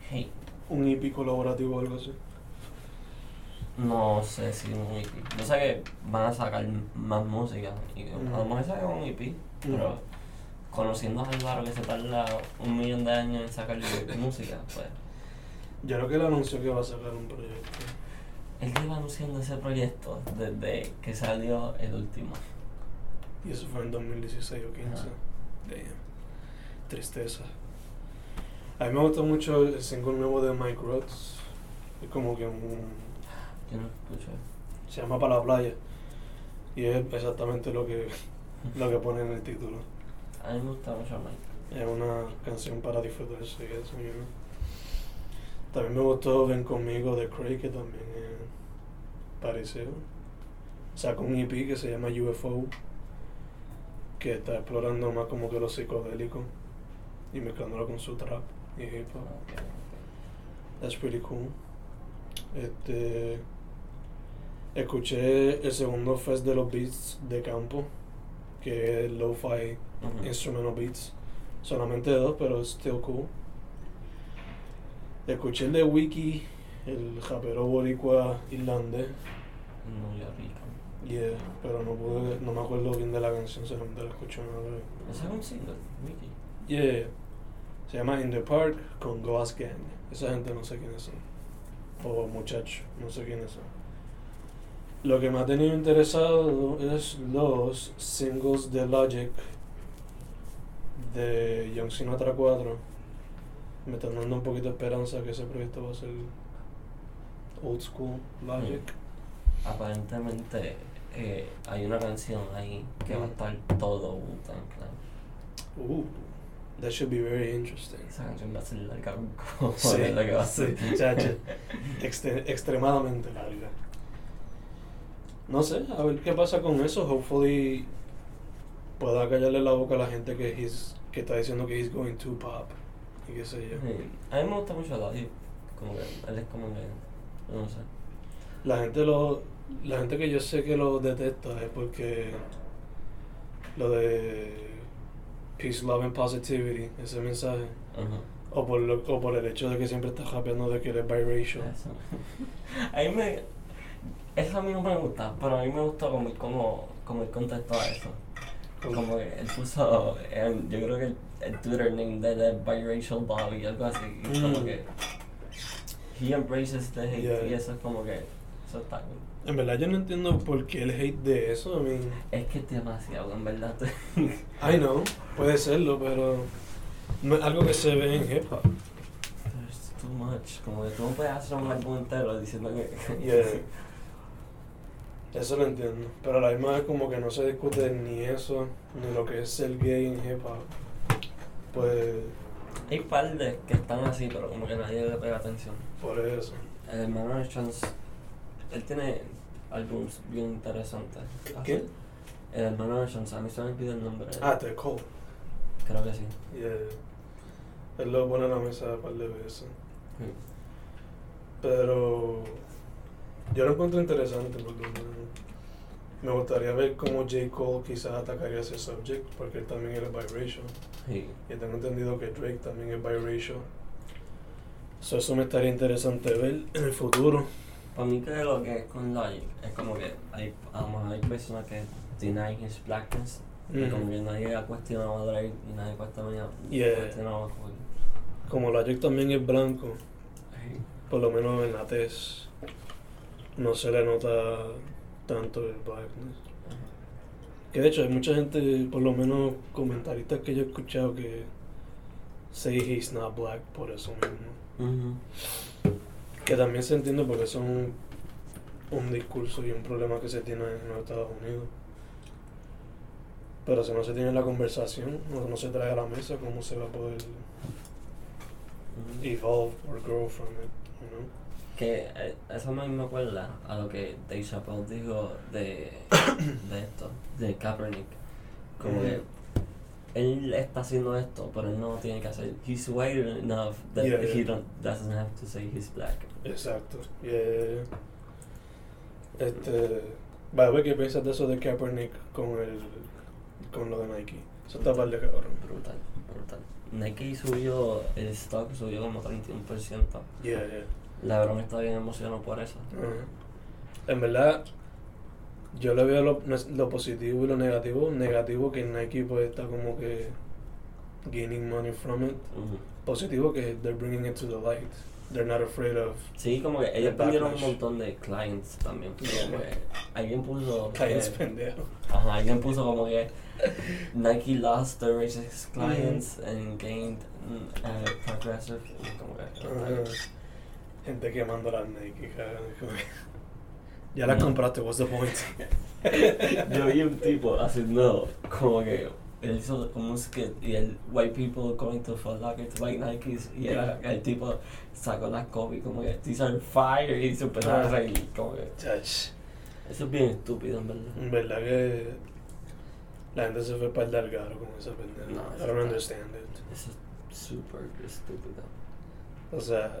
[SPEAKER 2] Hey,
[SPEAKER 1] un EP colaborativo o algo así?
[SPEAKER 2] no sé si un EP. Yo sé que van a sacar más música. Y que
[SPEAKER 1] Mm.
[SPEAKER 2] A lo mejor sacan un EP, pero conociendo a Álvaro que se tarda un millón de años en sacar música, pues.
[SPEAKER 1] Yo creo que él anunció que va a sacar un proyecto.
[SPEAKER 2] Él lleva anunciando ese proyecto desde que salió el último.
[SPEAKER 1] Y eso fue en 2016 o 15.
[SPEAKER 2] Ajá.
[SPEAKER 1] Damn. Tristeza. A mí me gustó mucho el single nuevo de Mike Rhodes. Es como que un...
[SPEAKER 2] Yo no escucho.
[SPEAKER 1] Se llama Para la playa. Y es exactamente lo que, lo que pone en el título.
[SPEAKER 2] A mí me gusta mucho Mike.
[SPEAKER 1] Es una canción para disfrutarse y eso, you know. También me gustó Ven Conmigo de Craig, que también eh, pareció. Sacó un EP que se llama UFO, que está explorando más como que lo psicodélico y mezclándolo con su trap y hip hop. That's pretty cool. Este. Escuché el segundo fest de los beats de campo, que es Lo-Fi
[SPEAKER 2] Ujú.
[SPEAKER 1] instrumental beats. Solamente dos, pero es still cool. Escuché el de Wiki, el rapero boricua irlandés.
[SPEAKER 2] New York.
[SPEAKER 1] Yeah, pero no pude, no me acuerdo bien de la canción, solamente la escuché una vez.
[SPEAKER 2] Ese es un single, Mickey.
[SPEAKER 1] Yeah, se llama In the Park con Glass Gang. Esa gente no sé quiénes son. O muchachos, no sé quiénes son. Lo que me ha tenido interesado es los singles de Logic de Young Sinatra 4. Me están dando un poquito de esperanza que ese proyecto va a ser old school Logic.
[SPEAKER 2] Aparentemente eh, hay una canción ahí que
[SPEAKER 1] Mm.
[SPEAKER 2] va a estar todo Wu-Tang Clan.
[SPEAKER 1] Ooh, that should be very interesting.
[SPEAKER 2] Esa canción va a ser larga como
[SPEAKER 1] Sí.
[SPEAKER 2] es la que va a ser.
[SPEAKER 1] Chacho. Extre- extremadamente larga. No sé, a ver qué pasa con eso. Hopefully pueda callarle la boca a la gente que, he's- que está diciendo que he's going too pop. Y qué sé yo.
[SPEAKER 2] Sí. A mí me gusta mucho Lottie. Como que él es como que. No sé.
[SPEAKER 1] La gente lo, la gente que yo sé que lo detesta es porque lo de peace, love and positivity, ese mensaje.
[SPEAKER 2] Ajá.
[SPEAKER 1] O por, lo- o por el hecho de que siempre está rapeando de que él es biracial.
[SPEAKER 2] Eso. A mí me. Eso a mí no me gusta, pero a mí me gustó como, como, como él contestó a eso. Como que él puso. el- yo creo que el, el Twitter name de él es Biracial Bobby, algo así. Y es como
[SPEAKER 1] Mm.
[SPEAKER 2] que. He embraces the hate,
[SPEAKER 1] Yeah.
[SPEAKER 2] y eso es como que. Eso está cool.
[SPEAKER 1] En verdad yo no entiendo por qué el hate de eso. I mean,
[SPEAKER 2] Es que es demasiado, en verdad.
[SPEAKER 1] I know, puede serlo, pero no es algo que se ve en hip hop.
[SPEAKER 2] There's too much. Como que tú no puedes hacer un álbum entero diciendo que.
[SPEAKER 1] Yeah. Eso lo entiendo. Pero a la misma vez como que no se discute ni eso, ni lo que es ser gay en hip hop. Pues
[SPEAKER 2] Hay par de que están así, pero como que nadie le pega atención.
[SPEAKER 1] por eso.
[SPEAKER 2] Eh, El hermano de Chance, él tiene álbumes bien interesantes. Ah, Eh,
[SPEAKER 1] ¿Qué?
[SPEAKER 2] El hermano de Chance, a mí se me olvida el nombre.
[SPEAKER 1] Ah, te Cole.
[SPEAKER 2] Creo que sí.
[SPEAKER 1] Yeah. Él lo pone en la mesa un par de veces. Pero yo lo encuentro interesante por lo menos. Me gustaría ver cómo J. Cole quizás atacaría ese subject, porque él también era biracial.
[SPEAKER 2] Sí.
[SPEAKER 1] Y tengo entendido que Drake también es biracial. So, eso me estaría interesante ver en el futuro.
[SPEAKER 2] Para mí que lo que es con Logic es como que hay, a lo mejor hay personas que deny his blackness. Y como que nadie ha cuestionado a Drake y nadie cuestiona,
[SPEAKER 1] Yeah.
[SPEAKER 2] cuestionado a Cole.
[SPEAKER 1] Como Logic también es blanco,
[SPEAKER 2] Sí.
[SPEAKER 1] por lo menos en la tez, no se le nota tanto el blackness. Que de hecho hay mucha gente, por lo menos comentaristas que yo he escuchado, que say he's not black por eso mismo.
[SPEAKER 2] Ujú.
[SPEAKER 1] Que también se entiende porque eso es un, un discurso y un problema que se tiene en los Estados Unidos. Pero si no se tiene la conversación, o no se trae a la mesa, ¿cómo se va a poder
[SPEAKER 2] Ujú.
[SPEAKER 1] evolve or grow from it? you know?
[SPEAKER 2] Que eh, eso me, me acuerda a lo que Dave Chappelle dijo de, de esto, de Kaepernick. Como que él está haciendo esto, pero él no lo tiene que hacer. He's white enough that
[SPEAKER 1] Yeah,
[SPEAKER 2] he
[SPEAKER 1] yeah.
[SPEAKER 2] don't, doesn't have to say he's black.
[SPEAKER 1] Exacto. Yeah. Este, va a ver qué piensas de eso de Kaepernick con el con lo de Nike. Eso está par de cabrón.
[SPEAKER 2] Brutal, brutal. Nike subió, el stock subió como 31%.
[SPEAKER 1] Yeah, yeah.
[SPEAKER 2] LeBron está bien emocionado por eso.
[SPEAKER 1] Ajá. Uh-huh. En verdad, yo le veo lo, lo positivo y lo negativo. Negativo que Nike pues está como que gaining money from it.
[SPEAKER 2] Ujú.
[SPEAKER 1] Positivo que they're bringing it to the light. They're not afraid of
[SPEAKER 2] Sí, como que
[SPEAKER 1] El
[SPEAKER 2] ellos perdieron un
[SPEAKER 1] backlash.
[SPEAKER 2] montón de clients también.
[SPEAKER 1] Yeah.
[SPEAKER 2] Como que alguien puso...
[SPEAKER 1] clients
[SPEAKER 2] que-
[SPEAKER 1] pendejo.
[SPEAKER 2] Ajá, alguien puso como que Nike lost their racist clients and gained mm, uh, progressive. y Como que,
[SPEAKER 1] Ajá. Gente quemando las Nike, cabrón. Como que- Ya las
[SPEAKER 2] No.
[SPEAKER 1] compraste, what's the point?
[SPEAKER 2] Yo vi un tipo haciendo como que él hizo como un skit y el white people going to Foot Locker to buy Nikes y era
[SPEAKER 1] Yeah.
[SPEAKER 2] el tipo sacó las Kobe como que these are fire y se empezó a
[SPEAKER 1] Ah.
[SPEAKER 2] reír como que
[SPEAKER 1] Chach,
[SPEAKER 2] eso es bien estúpido en verdad.
[SPEAKER 1] en verdad que la gente se fue para el delgado con esa pendeja.
[SPEAKER 2] No,
[SPEAKER 1] I
[SPEAKER 2] eso
[SPEAKER 1] don't
[SPEAKER 2] está-
[SPEAKER 1] understand it.
[SPEAKER 2] Eso es súper estúpido.
[SPEAKER 1] O sea,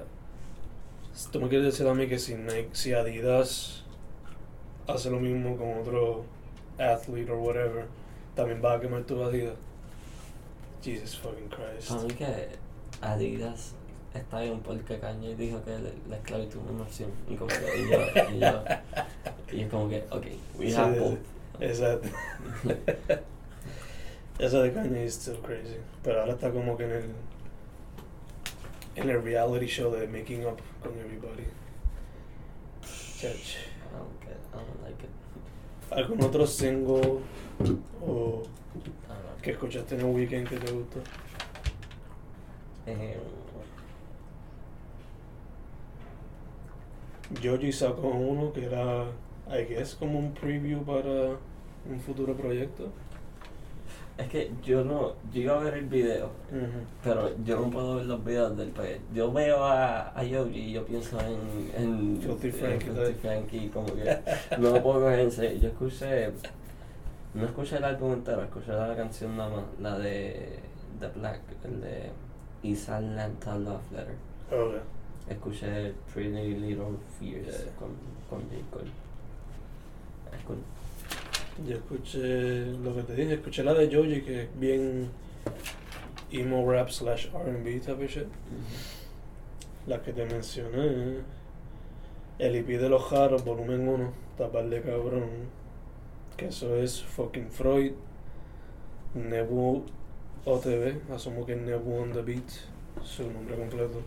[SPEAKER 1] si tú me quieres decir a mí que si, Nike, si Adidas hace lo mismo con otro athlete o whatever, también va a quemar tu Adidas. Jesus fucking Christ.
[SPEAKER 2] Para mí que Adidas está bien porque Kanye dijo que la- la esclavitud es una opción y como que y yo, y yo Y es como que, ok, we
[SPEAKER 1] Sí,
[SPEAKER 2] have
[SPEAKER 1] sí,
[SPEAKER 2] both.
[SPEAKER 1] Exacto. Eso de Kanye es still crazy. Pero ahora está como que en el. En el reality show de Making Up con Everybody. Chach.
[SPEAKER 2] I don't get I don't like it.
[SPEAKER 1] ¿Algún otro single o
[SPEAKER 2] I don't know.
[SPEAKER 1] que escuchaste en el weekend que te gustó?
[SPEAKER 2] Eh,
[SPEAKER 1] Georgie sacó uno que era, I guess, como un preview para un futuro proyecto.
[SPEAKER 2] es que yo no, yo iba a ver el video,
[SPEAKER 1] Ujú.
[SPEAKER 2] pero yo no puedo ver los videos del país. Yo veo a, a Yogi y yo pienso en, en
[SPEAKER 1] Filthy
[SPEAKER 2] en
[SPEAKER 1] Frankie,
[SPEAKER 2] Filthy
[SPEAKER 1] ¿sabes?
[SPEAKER 2] Frankie, como que no lo puedo coger en serio. Yo escuché, no escuché el álbum entero, escuché la canción nada más, la de The Black, el de Is a Lanta Love Letter.
[SPEAKER 1] Ok.
[SPEAKER 2] Escuché Pretty Little Fears
[SPEAKER 1] Yeah.
[SPEAKER 2] con, con J. Cole. Es cool.
[SPEAKER 1] Yo escuché lo que te dije, escuché la de Georgie que es bien emo rap slash RB type of shit. La que te mencioné. ¿eh? El IP de los Jaros, volumen 1, tapar de cabrón. Que eso es fucking Freud. Nebu OTB, asumo que es Nebu on the beat, su nombre completo.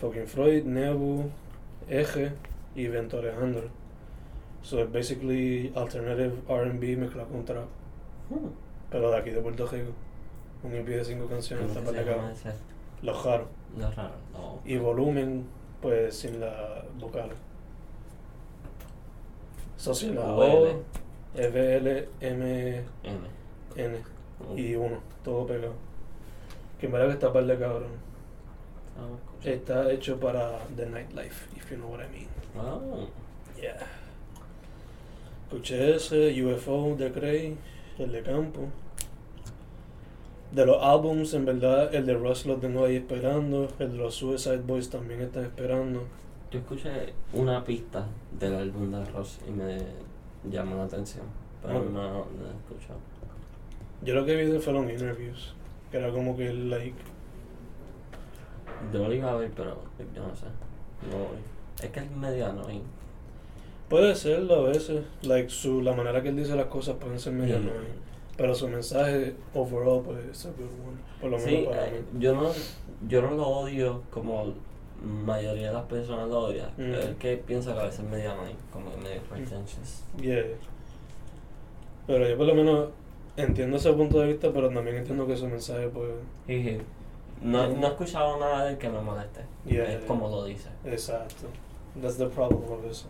[SPEAKER 1] Fucking Freud, Nebu, Eje y Vento Alejandro. So es basically alternative RB mezclado con trap,
[SPEAKER 2] Hmm.
[SPEAKER 1] pero de aquí de Puerto Rico. Un EP de cinco canciones,
[SPEAKER 2] ¿Cómo
[SPEAKER 1] tapar
[SPEAKER 2] que
[SPEAKER 1] de
[SPEAKER 2] se llama
[SPEAKER 1] cabrón.
[SPEAKER 2] ese?
[SPEAKER 1] Los Jaros.
[SPEAKER 2] No es raro, no.
[SPEAKER 1] y volumen pues sin la vocal. So, sin la O,
[SPEAKER 2] VL.
[SPEAKER 1] F, L, M,
[SPEAKER 2] M.
[SPEAKER 1] N
[SPEAKER 2] Mm.
[SPEAKER 1] y 1, todo pegado. Que en verdad que está par de cabrón.
[SPEAKER 2] Ah, me escucho.
[SPEAKER 1] Está hecho para the nightlife, if you know what I mean.
[SPEAKER 2] Wow.
[SPEAKER 1] Yeah. Escuché ese, UFO de Cray, el de Campo. De los álbums, en verdad, el de Russ lo tengo ahí esperando, el de los Suicide Boys también está esperando.
[SPEAKER 2] Yo escuché una pista del álbum de Ross y me llamó la atención. Pero
[SPEAKER 1] Ok.
[SPEAKER 2] no, no la he escuchado.
[SPEAKER 1] Yo lo que vi de fueron interviews, que era como que el like.
[SPEAKER 2] Yo lo iba a ver, pero yo no sé. No voy. Es que es medio annoying.
[SPEAKER 1] Puede serlo a veces, like su, la manera que él dice las cosas pueden ser medio
[SPEAKER 2] Y-
[SPEAKER 1] annoying, pero su mensaje overall pues es a good one, por lo menos
[SPEAKER 2] Sí,
[SPEAKER 1] para
[SPEAKER 2] eh,
[SPEAKER 1] mí.
[SPEAKER 2] yo no, yo no lo odio como mayoría de las personas lo odian.
[SPEAKER 1] Mm.
[SPEAKER 2] Es que pienso que a veces es medio annoying, como que medio pretentious.
[SPEAKER 1] Yeah. Pero yo por lo menos entiendo ese punto de vista, pero también entiendo que su mensaje pues
[SPEAKER 2] Jeje. No, no he escuchado nada del que me moleste.
[SPEAKER 1] Yeah,
[SPEAKER 2] es
[SPEAKER 1] yeah.
[SPEAKER 2] como lo dice.
[SPEAKER 1] Exacto. That's the problem of eso.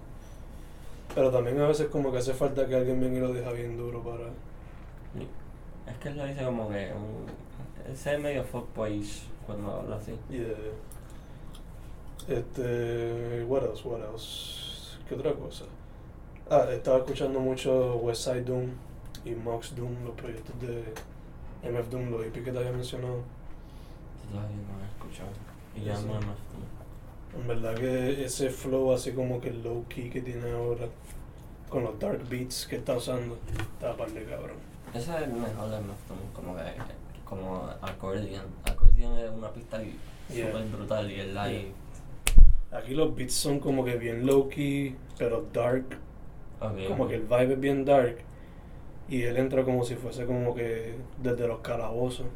[SPEAKER 1] Pero también a veces como que hace falta que alguien venga y lo deja bien duro para...
[SPEAKER 2] Es que él lo dice como que. mm, Ese es medio fuckboyish cuando habla así.
[SPEAKER 1] Yeah. Este, what else, what else? ¿Qué otra cosa? Ah, estaba escuchando mucho West Side Doom y Mox Doom, los proyectos de MF Doom, los EP que te había mencionado.
[SPEAKER 2] Yo todavía no lo he escuchado. Y ya
[SPEAKER 1] Sí.
[SPEAKER 2] no me
[SPEAKER 1] En verdad que ese flow así como que low key que tiene ahora, con los dark beats que está usando, está par de cabrón.
[SPEAKER 2] Ese es el mejor de Mastodon, como que. Como Accordion. Accordion es una pista y-
[SPEAKER 1] Yeah.
[SPEAKER 2] súper brutal y él ahí.
[SPEAKER 1] Aquí los beats son como que bien low key, pero dark
[SPEAKER 2] ok,
[SPEAKER 1] como
[SPEAKER 2] ok.
[SPEAKER 1] que el vibe es bien dark y él entra como si fuese como que desde los calabozos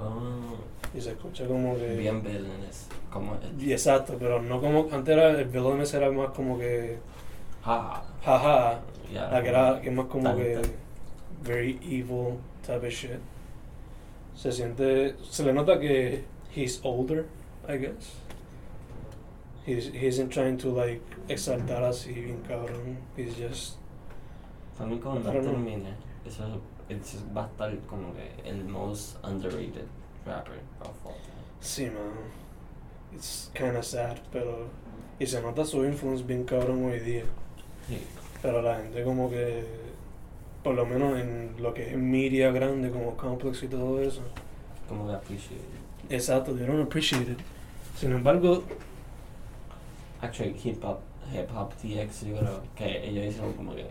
[SPEAKER 2] Ah,
[SPEAKER 1] y se escucha como que
[SPEAKER 2] bien villainous. Como el.
[SPEAKER 1] y exacto pero no como antes era el villainous era más como que
[SPEAKER 2] Ah,
[SPEAKER 1] jaja
[SPEAKER 2] ya.
[SPEAKER 1] la que era que es más como que
[SPEAKER 2] Talento.
[SPEAKER 1] very evil type of shit se siente se le nota que he's older I guess he's, he isn't trying to like exaltar así bien cabrón he's just
[SPEAKER 2] También como no
[SPEAKER 1] Pero no.
[SPEAKER 2] termine, eso eso va a estar como que el most underrated rapper of all time.
[SPEAKER 1] Sí, man. It's kinda sad, pero. Y se nota su influence bien cabrón hoy día.
[SPEAKER 2] Sí.
[SPEAKER 1] Pero la gente, como que. Por lo menos en lo que es media grande, como Complex y todo eso.
[SPEAKER 2] Como que appreciate.
[SPEAKER 1] Exacto, they don't appreciate it. Sin embargo,
[SPEAKER 2] Actually, hip hop, hip hop DX, yo creo que ellos hicieron como que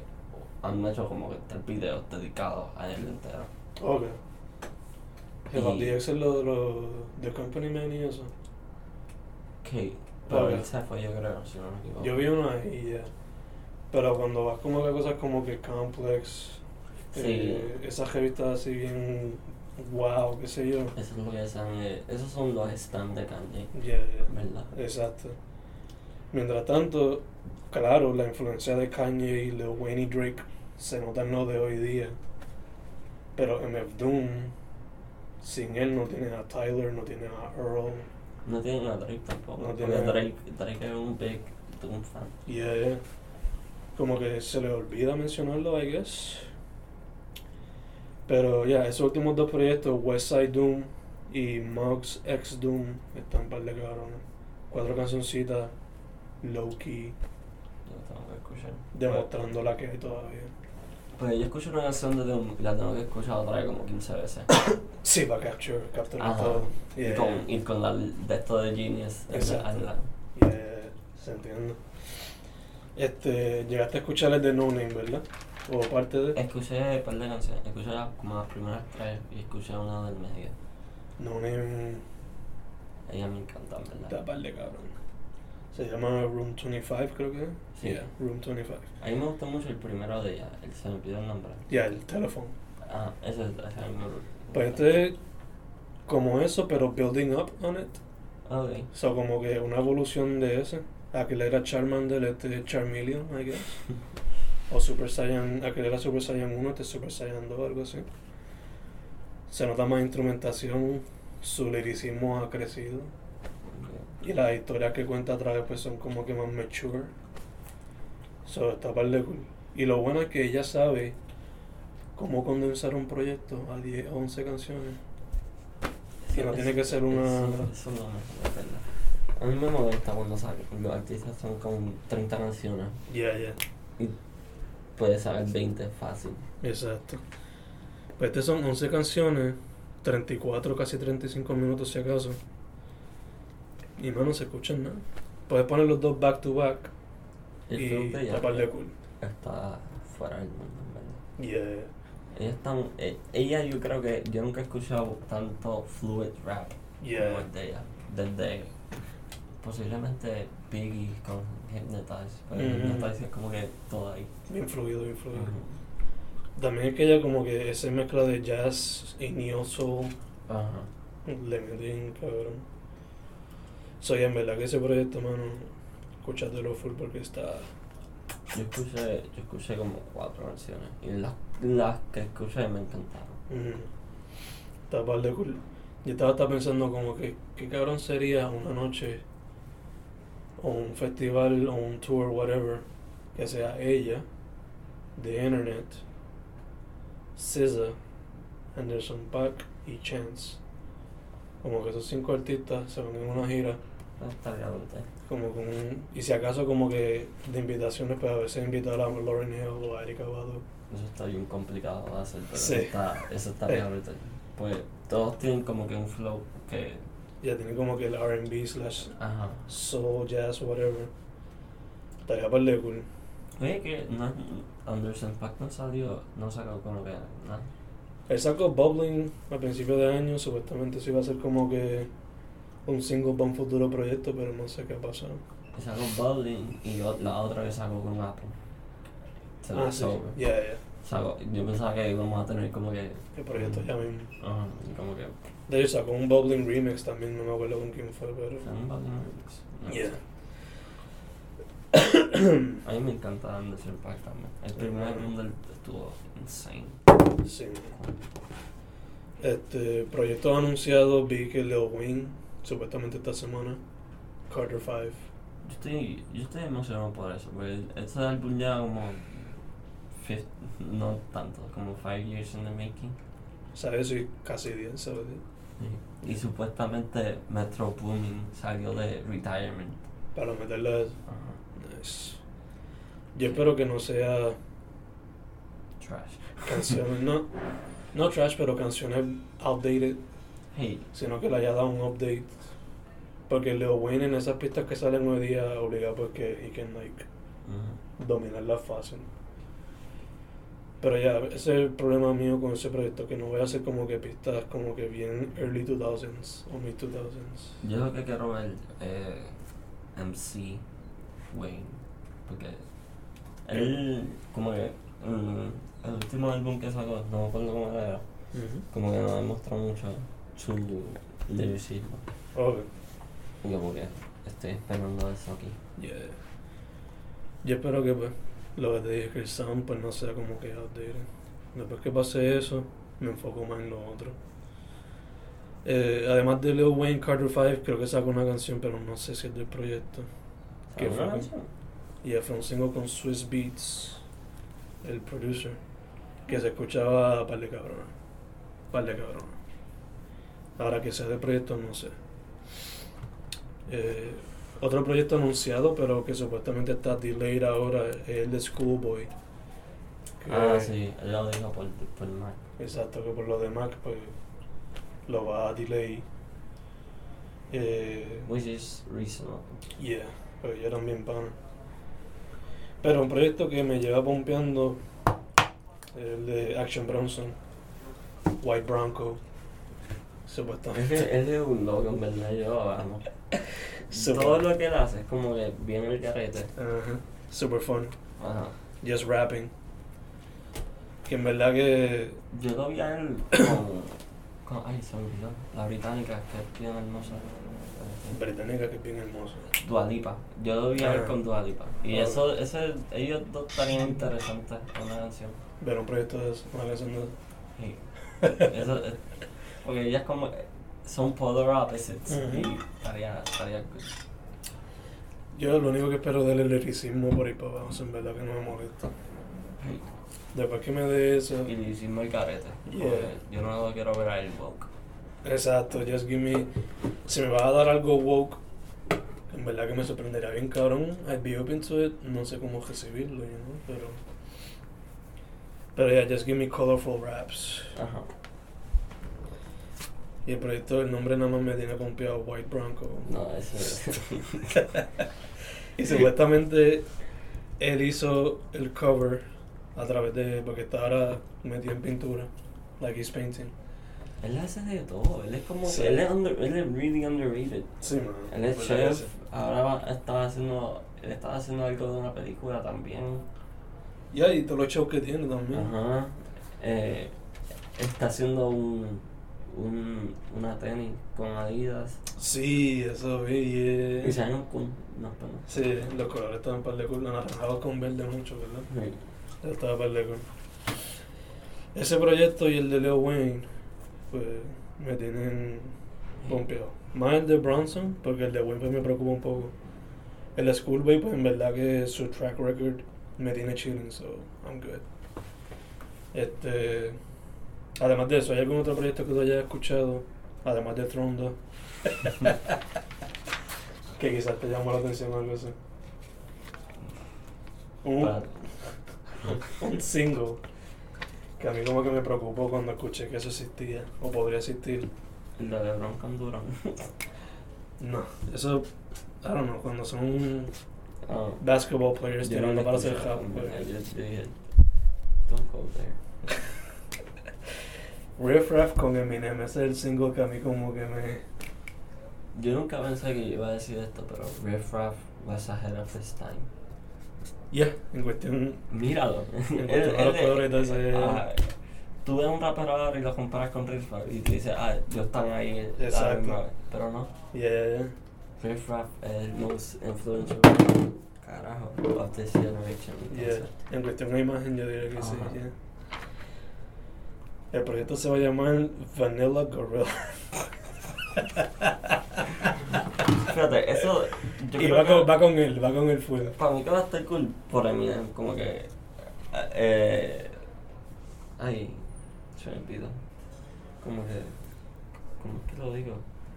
[SPEAKER 2] han hecho como que tres videos dedicados a él entero.
[SPEAKER 1] ok. Hip Hop
[SPEAKER 2] Y-
[SPEAKER 1] DX es lo de los. The Company Man y eso.
[SPEAKER 2] Que, pero
[SPEAKER 1] Ok.
[SPEAKER 2] él se fue, yo creo, si no me equivoco.
[SPEAKER 1] Yo vi una y ya. Pero cuando vas como a cosas como que complex,
[SPEAKER 2] Sí.
[SPEAKER 1] eh, esas revistas así bien wow, qué sé yo.
[SPEAKER 2] Eso es lo que hacen, eh, esos son los stands de Kanye,
[SPEAKER 1] Yeah, yeah.
[SPEAKER 2] ¿verdad?
[SPEAKER 1] Exacto. Mientras tanto, claro, la influencia de Kanye y Lil Wayne y Drake se nota en lo de hoy día. Pero MF Doom, sin él no tiene a Tyler, no tiene a Earl.
[SPEAKER 2] No tienen a Drake tampoco.
[SPEAKER 1] No
[SPEAKER 2] porque
[SPEAKER 1] tienen-
[SPEAKER 2] Drake, Drake es un big Doom fan.
[SPEAKER 1] Yeah. Como que se le olvida mencionarlo, I guess. Pero ya, esos últimos dos proyectos, Westside Doom y Mugs X Doom, están un par de cabrones. Cuatro cancioncitas, low key,
[SPEAKER 2] Yo tengo que escuchar.
[SPEAKER 1] demostrando la que hay todavía.
[SPEAKER 2] Pues yo escucho una canción de Doom y la tengo que escuchar otra vez como 15 veces.
[SPEAKER 1] Sí, para capture, capture
[SPEAKER 2] Ajá.
[SPEAKER 1] todo.
[SPEAKER 2] Y
[SPEAKER 1] Yeah.
[SPEAKER 2] con, y con la de esto de Genius. de-
[SPEAKER 1] Exacto.
[SPEAKER 2] al- la-
[SPEAKER 1] Yeah, se entiende. Este, llegaste a escuchar el de No Name, ¿verdad? O parte de.
[SPEAKER 2] Eh. Escuché un par de canciones. Escuché las- como las primeras tres y escuché una del medio.
[SPEAKER 1] No Name.
[SPEAKER 2] Ella me encanta, en
[SPEAKER 1] Está
[SPEAKER 2] ¿verdad?
[SPEAKER 1] par de cabrón. Se llama Room 25, creo que. es.
[SPEAKER 2] Sí.
[SPEAKER 1] Yeah, Room 25.
[SPEAKER 2] A mí me gustó mucho el primero de ella. El, se me olvidó el nombre.
[SPEAKER 1] Ya, el teléfono.
[SPEAKER 2] Ah, ese es ese es el mismo.
[SPEAKER 1] Pues este es como eso, pero building up on it.
[SPEAKER 2] Ok.
[SPEAKER 1] So, como que una evolución de ese. Aquel era Charmander, este es Charmeleon, I guess. O Super Saiyan, aquel era Super Saiyan 1, este es Super Saiyan 2, algo así. Se nota más instrumentación, su liricismo ha crecido. Y las historias que cuenta a través pues son como que más mature. So, está par de cool. Y lo bueno es que ella sabe cómo condensar un proyecto a 10 o 11 canciones. Que no tiene que ser una-
[SPEAKER 2] Eso, eso no me es verdad. A mí me molesta cuando salen. Los artistas son con 30 canciones.
[SPEAKER 1] Ya, ya.
[SPEAKER 2] Puedes saber 20 fácil.
[SPEAKER 1] Exacto. Pues estas son 11 canciones, 34, casi 35 minutos si acaso. Y mano, se escuchan nada. Puedes poner los dos back to back
[SPEAKER 2] El
[SPEAKER 1] y
[SPEAKER 2] fruto
[SPEAKER 1] está par de cool.
[SPEAKER 2] está fuera del mundo, en verdad.
[SPEAKER 1] Yeah.
[SPEAKER 2] Ella, es tan- eh, ella yo creo que yo nunca he escuchado tanto fluid rap como
[SPEAKER 1] Yeah.
[SPEAKER 2] el de ella. Desde posiblemente Biggie con Hypnotize. Pero
[SPEAKER 1] Mm.
[SPEAKER 2] Hypnotize es como que todo ahí.
[SPEAKER 1] Bien fluido, bien fluido. También es que ella como que esa mezcla de jazz y neo soul
[SPEAKER 2] Ajá.
[SPEAKER 1] le mete bien cabrón. Soy en verdad que ese proyecto, mano, escúchatelo full porque está...
[SPEAKER 2] Yo escuché, yo escuché como cuatro canciones y las, las que escuché me encantaron.
[SPEAKER 1] mm, está par de cool. Yo estaba hasta pensando como que qué cabrón sería una noche o un festival o un tour, whatever, que sea ella, The Internet, SZA, Anderson Paak y Chance. Como que esos cinco artistas se van en una gira
[SPEAKER 2] No está realmente.
[SPEAKER 1] como con un- y si acaso como que de invitaciones pues a veces invitar a Lauren Hill o a Erika Badu
[SPEAKER 2] Eso está bien complicado de hacer, pero
[SPEAKER 1] Sí.
[SPEAKER 2] eso está, eso está bien
[SPEAKER 1] Eh.
[SPEAKER 2] ahorita. Pues todos tienen como que un flow que.
[SPEAKER 1] ya tiene como que el R&B slash
[SPEAKER 2] Ajá.
[SPEAKER 1] soul jazz whatever estaría par de cool
[SPEAKER 2] Oye, que no, Anderson Pack no salió, no sacó como que nada.
[SPEAKER 1] él sacó Bubbling a principios de año supuestamente se iba a ser como que un single para un futuro proyecto pero no sé qué ha pasado
[SPEAKER 2] Y Sacó Bubbling y o- la otra que sacó con Apple. So,
[SPEAKER 1] ah sí
[SPEAKER 2] so,
[SPEAKER 1] ya ya
[SPEAKER 2] sacó- yo pensaba que íbamos a tener como que.
[SPEAKER 1] el
[SPEAKER 2] Mm.
[SPEAKER 1] proyecto ya mismo
[SPEAKER 2] Ajá, como que.
[SPEAKER 1] de hecho sacó un Bubbling remix también no me acuerdo con quién fue pero
[SPEAKER 2] fue un Bubbling remix, no
[SPEAKER 1] Yeah.
[SPEAKER 2] sé. A mí me encanta Anderson Pack también. El primer álbum del estuvo insane.
[SPEAKER 1] Sí. Este, proyectos anunciados, vi que Lil Wayne, supuestamente esta semana, Carter 5.
[SPEAKER 2] Yo estoy, yo estoy emocionado por eso, porque este álbum ya como. fif- no tanto, como 5 years in the making.
[SPEAKER 1] ¿Sabes? Soy casi 10, ¿sabes?
[SPEAKER 2] Y supuestamente Metro Boomin salió de retirement.
[SPEAKER 1] Para meterla.
[SPEAKER 2] Ajá.
[SPEAKER 1] Nice. Yo espero que no sea
[SPEAKER 2] Trash.
[SPEAKER 1] canciones, no, no trash, pero canciones outdated,
[SPEAKER 2] Hey,
[SPEAKER 1] sino que le haya dado un update. Porque Lil Wayne en esas pistas que salen hoy día, obligado porque he can like
[SPEAKER 2] ujú.
[SPEAKER 1] dominarla fácil. Pero ya, ese es el problema mío con ese proyecto, que no voy a hacer como que pistas como que bien early 2000s o mid 2000s.
[SPEAKER 2] yo lo que quiero ver eh, MC Wayne, porque Él, como que. mm, el último álbum que sacó, no me acuerdo cómo era, como que no demostró mucho su lyricismo.
[SPEAKER 1] Ok.
[SPEAKER 2] Y yo, porque estoy esperando eso aquí.
[SPEAKER 1] Yeah. Yo espero que pues, lo que te dije, que el sound pues no sea como que outdated. Después que pase eso, me enfoco más en lo otro. Eh, además de Lil Wayne Carter 5, creo que sacó una canción, pero no sé si es del proyecto. ¿Qué
[SPEAKER 2] ¿Alguna
[SPEAKER 1] fue?
[SPEAKER 2] canción?
[SPEAKER 1] Y fue un single con Swiss Beats, el producer, que se escuchaba par de cabrona. Par de cabrona. Ahora que sea de proyecto, no sé. Eh, otro proyecto anunciado, pero que supuestamente está delayed ahora, es el de Schoolboy. Que-
[SPEAKER 2] Ah, sí, él lo dijo por, por Mac.
[SPEAKER 1] Exacto, que por lo de Mac, pues lo va a delay. Eh,
[SPEAKER 2] Which is reasonable.
[SPEAKER 1] Yeah, pero yo también pana. Pero un proyecto que me lleva pompeando el de Action Bronson, White Bronco,
[SPEAKER 2] Es que
[SPEAKER 1] supuestamente.
[SPEAKER 2] él es un loco, en verdad, yo amo.
[SPEAKER 1] Super-
[SPEAKER 2] Todo lo que él hace es como que viene el carrete.
[SPEAKER 1] Ajá, Super fun,
[SPEAKER 2] Ajá.
[SPEAKER 1] just rapping. Que en verdad que.
[SPEAKER 2] Yo lo vi a él con, con- Ay, se me olvidó. La británica, que es bien hermosa.
[SPEAKER 1] Británica, que es bien hermoso.
[SPEAKER 2] Dualipa. Yo lo vi a él
[SPEAKER 1] Ah.
[SPEAKER 2] con Dualipa. Y
[SPEAKER 1] Ah.
[SPEAKER 2] eso, ese, ellos dos estarían interesantes en una canción.
[SPEAKER 1] Ver un proyecto de eso, una canción de eso.
[SPEAKER 2] Sí. Eso, eh, porque ellas como eh, son polar opposites
[SPEAKER 1] Ujú.
[SPEAKER 2] y estaría, estaría good.
[SPEAKER 1] Yo lo único que espero del liricismo por ahí para abajo, en verdad que no me molesta.
[SPEAKER 2] Sí.
[SPEAKER 1] Después que me dé eso.
[SPEAKER 2] Y le hicimos el carete. porque Yo no lo quiero ver a él woke.
[SPEAKER 1] Exacto, just give me. Si me vas a dar algo woke, en verdad que me sorprendería bien, cabrón. I'd be open to it. No sé cómo recibirlo, you know, pero. Pero ya, just give me colorful raps.
[SPEAKER 2] Ajá.
[SPEAKER 1] Y el proyecto, el nombre nada más me tiene pompeado White Bronco.
[SPEAKER 2] No, ese
[SPEAKER 1] y supuestamente él hizo el cover a través de. porque está ahora metido en pintura. Like he's painting.
[SPEAKER 2] Él hace de todo. Él es como.
[SPEAKER 1] Sí.
[SPEAKER 2] Él, es under- él es really underrated.
[SPEAKER 1] Sí, man.
[SPEAKER 2] Él es
[SPEAKER 1] Pues,
[SPEAKER 2] chef. ah. Ahora va- estaba haciendo. Él estaba haciendo algo de una película también.
[SPEAKER 1] Ya, y todos los shows que tiene también.
[SPEAKER 2] Ajá. Eh, está haciendo un, un. Una tenis con Adidas.
[SPEAKER 1] Sí, eso vi.
[SPEAKER 2] Y
[SPEAKER 1] eh.
[SPEAKER 2] se llama con. No, perdón.
[SPEAKER 1] Sí, los colores estaban par de cool, anaranjado con verde mucho, ¿verdad?
[SPEAKER 2] Sí.
[SPEAKER 1] Estaba par de cool. Ese proyecto y el de Leo Wayne, pues me tienen
[SPEAKER 2] Eh.
[SPEAKER 1] pompeado. Más el de Bronson, porque el de Wayne pues, me preocupa un poco. El de Schoolboy, pues en verdad que su track record me tiene chilling, so I'm good. Este. Además de eso, ¿hay algún otro proyecto que tú hayas escuchado? Además de Throne 2. que quizás te llamó la atención o algo así. Un, Uh.
[SPEAKER 2] Para-
[SPEAKER 1] un single que a mí como que me preocupó cuando escuché que eso existía o podría existir.
[SPEAKER 2] Lo de Broncan Durán.
[SPEAKER 1] No, eso, I don't know, cuando son
[SPEAKER 2] Ah.
[SPEAKER 1] basketball players
[SPEAKER 2] Yo no
[SPEAKER 1] tirando
[SPEAKER 2] lo
[SPEAKER 1] para hacer
[SPEAKER 2] escuché,
[SPEAKER 1] half
[SPEAKER 2] hombre,
[SPEAKER 1] pues.
[SPEAKER 2] yo- yo dije, Don't go there.
[SPEAKER 1] Riff Raff con Eminem, ese es el single que a mí como que me...
[SPEAKER 2] Yo nunca pensé que iba a decir esto, pero Riff Raff was ahead of his time.
[SPEAKER 1] Yeah, en cuestión...
[SPEAKER 2] Míralo.
[SPEAKER 1] En cuestión a los colores de ese-
[SPEAKER 2] Ah, tú ves un rapero ahora y lo comparas con Riff Raff y te dices, ah, ellos están ahí. a la
[SPEAKER 1] Exacto.
[SPEAKER 2] misma vez". Pero no.
[SPEAKER 1] Yeah,
[SPEAKER 2] Riff Raff es el most influential carajo of this generation.
[SPEAKER 1] yeah.
[SPEAKER 2] entonces.
[SPEAKER 1] En cuestión a imagen yo diría que sí,
[SPEAKER 2] Ajá.
[SPEAKER 1] yeah. El proyecto se va a llamar Vanilla Gorilla.
[SPEAKER 2] Fíjate, eso. yo
[SPEAKER 1] y
[SPEAKER 2] creo
[SPEAKER 1] va
[SPEAKER 2] que-
[SPEAKER 1] con, va con él, va con el full.
[SPEAKER 2] Para mí que va a estar cool por Eminem, como que... Eh, ay, se me olvidó. Como que... ¿Cómo es que lo digo?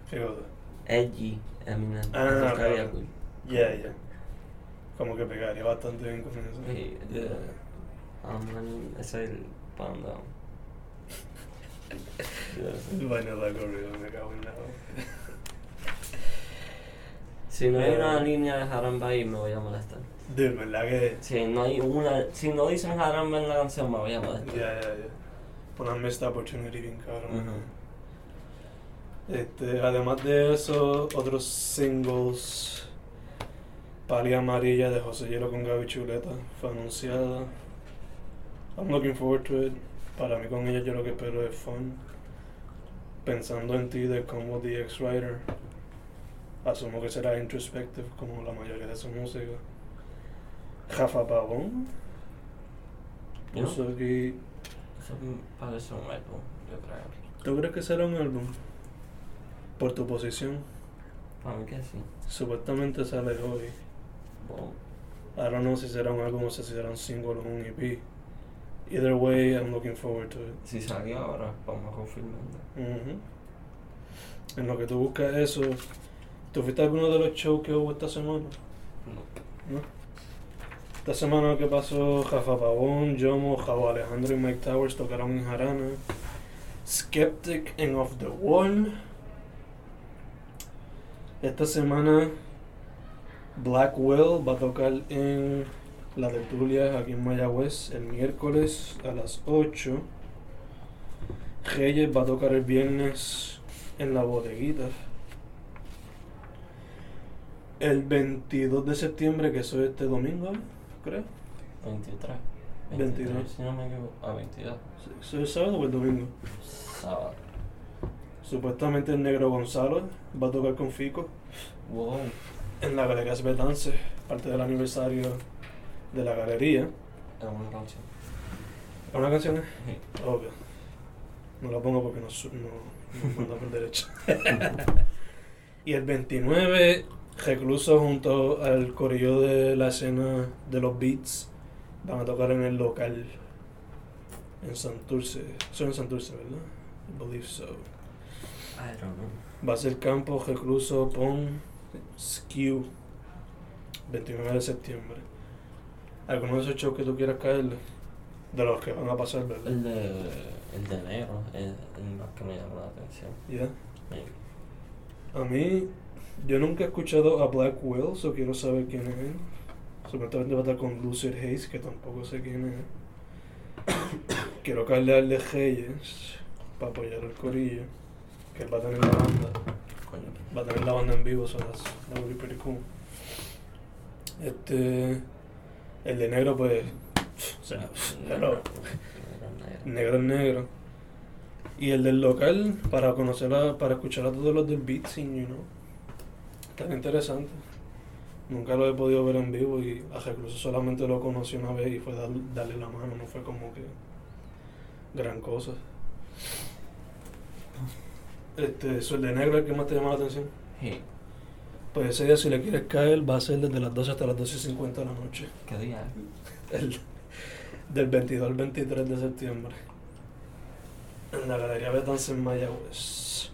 [SPEAKER 1] ¿Qué cosa?
[SPEAKER 2] Edgy Eminem.
[SPEAKER 1] Ah,
[SPEAKER 2] Eso
[SPEAKER 1] ok.
[SPEAKER 2] estaría cool.
[SPEAKER 1] Yeah, yeah. Como que pegaría bastante bien con eso.
[SPEAKER 2] Sí, de- um, Eminem eh, es el pound down.
[SPEAKER 1] El Vanilla Gorilla, me cago en la boca.
[SPEAKER 2] Si no hay una
[SPEAKER 1] Eh.
[SPEAKER 2] línea de Harambe ahí, me voy a molestar.
[SPEAKER 1] Dude, ¿verdad que...?
[SPEAKER 2] Si no hay una... Si no dicen Harambe en la canción, me voy a molestar.
[SPEAKER 1] Ya, ya, Pues ya. Una missed opportunity bien cabrón.
[SPEAKER 2] Ujú.
[SPEAKER 1] Este, además de eso, otros singles. Pali amarilla de José Hielo con Gaby Chuleta fue anunciada. I'm looking forward to it. Para mí con ella yo lo que espero es fun. Pensando en ti de como The X Rider. Asumo que será introspective como la mayoría de su música. Rafa Pavón.
[SPEAKER 2] Yo no-
[SPEAKER 1] Puso aquí.
[SPEAKER 2] Eso que parece un álbum, yo creo.
[SPEAKER 1] ¿Tú crees que será un álbum? Por tu posición.
[SPEAKER 2] Para mí que sí.
[SPEAKER 1] Supuestamente sale hoy.
[SPEAKER 2] Wow.
[SPEAKER 1] I don't know si será un álbum o si será un single o un EP. Either way, I'm looking forward to it.
[SPEAKER 2] Si salió ahora, vamos a confirmarlo.
[SPEAKER 1] Ujú. En lo que tú buscas eso, ¿tú fuiste a alguno de los shows que hubo esta semana?
[SPEAKER 2] No.
[SPEAKER 1] ¿No? Esta semana que pasó, Rafa Pavón, Jomo, Javo Alejandro y Mike Towers tocaron en Jarana. Skeptic en Off the Wall. Esta semana, Blackwell va a tocar en La Tertulia aquí en Mayagüez el miércoles a las 8. Reyes va a tocar el viernes en la bodeguita. El 22 de septiembre, que eso es este domingo, creo.
[SPEAKER 2] 23.
[SPEAKER 1] 22.
[SPEAKER 2] Si no me equivoco. Ah, 22.
[SPEAKER 1] ¿Eso es sábado o el domingo?
[SPEAKER 2] Sábado.
[SPEAKER 1] Supuestamente el negro Gonzalo va a tocar con Fico
[SPEAKER 2] Wow.
[SPEAKER 1] en la Galería Betance, parte del aniversario de la galería.
[SPEAKER 2] Es una canción.
[SPEAKER 1] ¿Es una canción? eh?
[SPEAKER 2] Sí.
[SPEAKER 1] Obvio. No la pongo porque nos, no, nos manda por derecho. y el 29, Recluso junto al corillo de la escena de los Beats van a tocar en el local en Santurce. Son en Santurce, ¿verdad? I believe so.
[SPEAKER 2] I don't know.
[SPEAKER 1] Va a ser Campo, Recluso, Pon, Skew. 29 de septiembre. ¿Alguno de esos shows que tú quieras caerle? De los que van a pasar, ¿verdad?
[SPEAKER 2] El de, el de enero es el más que me llamó la atención.
[SPEAKER 1] Ya.
[SPEAKER 2] Me-
[SPEAKER 1] A mí, yo nunca he escuchado a Black Will, so quiero saber quién es él. Supuestamente va a estar con Lucid Hayes, que tampoco sé quién es. quiero caerle al de Hayes para apoyar al corillo, que él va a tener la banda.
[SPEAKER 2] Coño.
[SPEAKER 1] Va a tener la banda en vivo, so that's, that would be pretty cool. Este. El de negro, pues. O sea, hello. Negro es negro. Y el del local, para conocer a- para escuchar a todos los del beat you know. Tan interesante. Nunca lo he podido ver en vivo y a Recluso solamente lo conocí una vez y fue dar- darle la mano, no fue como que gran cosa. Este, eso, el de negro es el que más te llama la atención.
[SPEAKER 2] Hey,
[SPEAKER 1] Pues ese día si le quieres caer va a ser desde las 12 hasta las 12.50 de la noche.
[SPEAKER 2] ¿qué día? es?
[SPEAKER 1] El- del 22 al 23 de septiembre. En la Galería Betances en Mayagüez.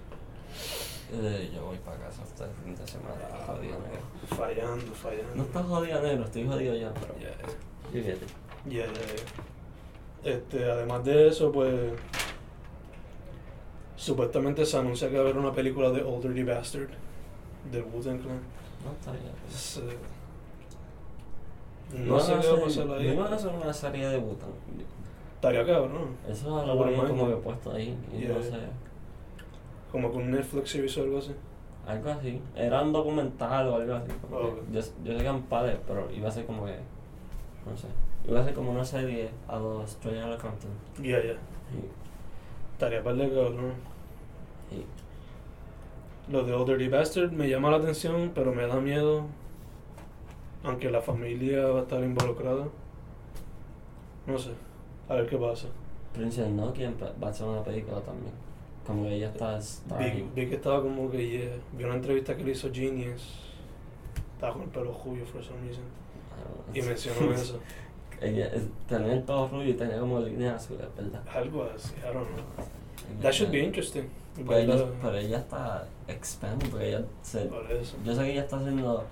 [SPEAKER 2] Eh, yo voy para casa hasta el fin de semana. que es jodido negro.
[SPEAKER 1] Fallando, fallando.
[SPEAKER 2] No está jodido negro, estoy jodido ya, pero.
[SPEAKER 1] Ya,
[SPEAKER 2] Yo fíjate.
[SPEAKER 1] ya, ya, ya. Este, además de eso, pues... Supuestamente se anuncia que va a haber una película de Older the Bastard. Del Wu-Tang Clan.
[SPEAKER 2] No está bien.
[SPEAKER 1] Se-
[SPEAKER 2] Iban
[SPEAKER 1] No sé
[SPEAKER 2] a
[SPEAKER 1] qué va a
[SPEAKER 2] hacer-
[SPEAKER 1] pasar ahí.
[SPEAKER 2] no iban a hacer una serie de Butan.
[SPEAKER 1] Estaría cabrón.
[SPEAKER 2] Eso es
[SPEAKER 1] Ah,
[SPEAKER 2] lo
[SPEAKER 1] bueno,
[SPEAKER 2] habían como
[SPEAKER 1] bueno.
[SPEAKER 2] que puesto ahí. Y
[SPEAKER 1] Yeah.
[SPEAKER 2] no sé.
[SPEAKER 1] Como con Netflix series o algo así.
[SPEAKER 2] Algo así. Era un documental o algo así. como que
[SPEAKER 1] Ok.
[SPEAKER 2] Yo, yo sé que eran padres, pero iba a ser como que. No sé. Iba a ser como una serie a los Stranger Compton.
[SPEAKER 1] Ya, ya. Estaría par de cabrón.
[SPEAKER 2] Y, y
[SPEAKER 1] Lo de Old Dirty Bastard me llama la atención, pero me da miedo. Aunque la familia va a estar involucrada. No sé. A ver qué pasa.
[SPEAKER 2] Princess Nokia empe- va a ser una película también. Como que ella está.
[SPEAKER 1] Vi,
[SPEAKER 2] starring.
[SPEAKER 1] vi que estaba como que yeah. Vi una entrevista que le hizo Genius. Estaba con el pelo rubio for some reason.
[SPEAKER 2] I don't
[SPEAKER 1] Y
[SPEAKER 2] know.
[SPEAKER 1] mencionó eso.
[SPEAKER 2] Ah, ella es- tenía el pelo rubio y tenía como líneas azules, ¿verdad?
[SPEAKER 1] Algo así, I don't know. That should be interesting.
[SPEAKER 2] Pero Pues ella,
[SPEAKER 1] ¿verdad?
[SPEAKER 2] pero ella está expanding, porque ella se,
[SPEAKER 1] Por eso.
[SPEAKER 2] Yo sé que ella está haciendo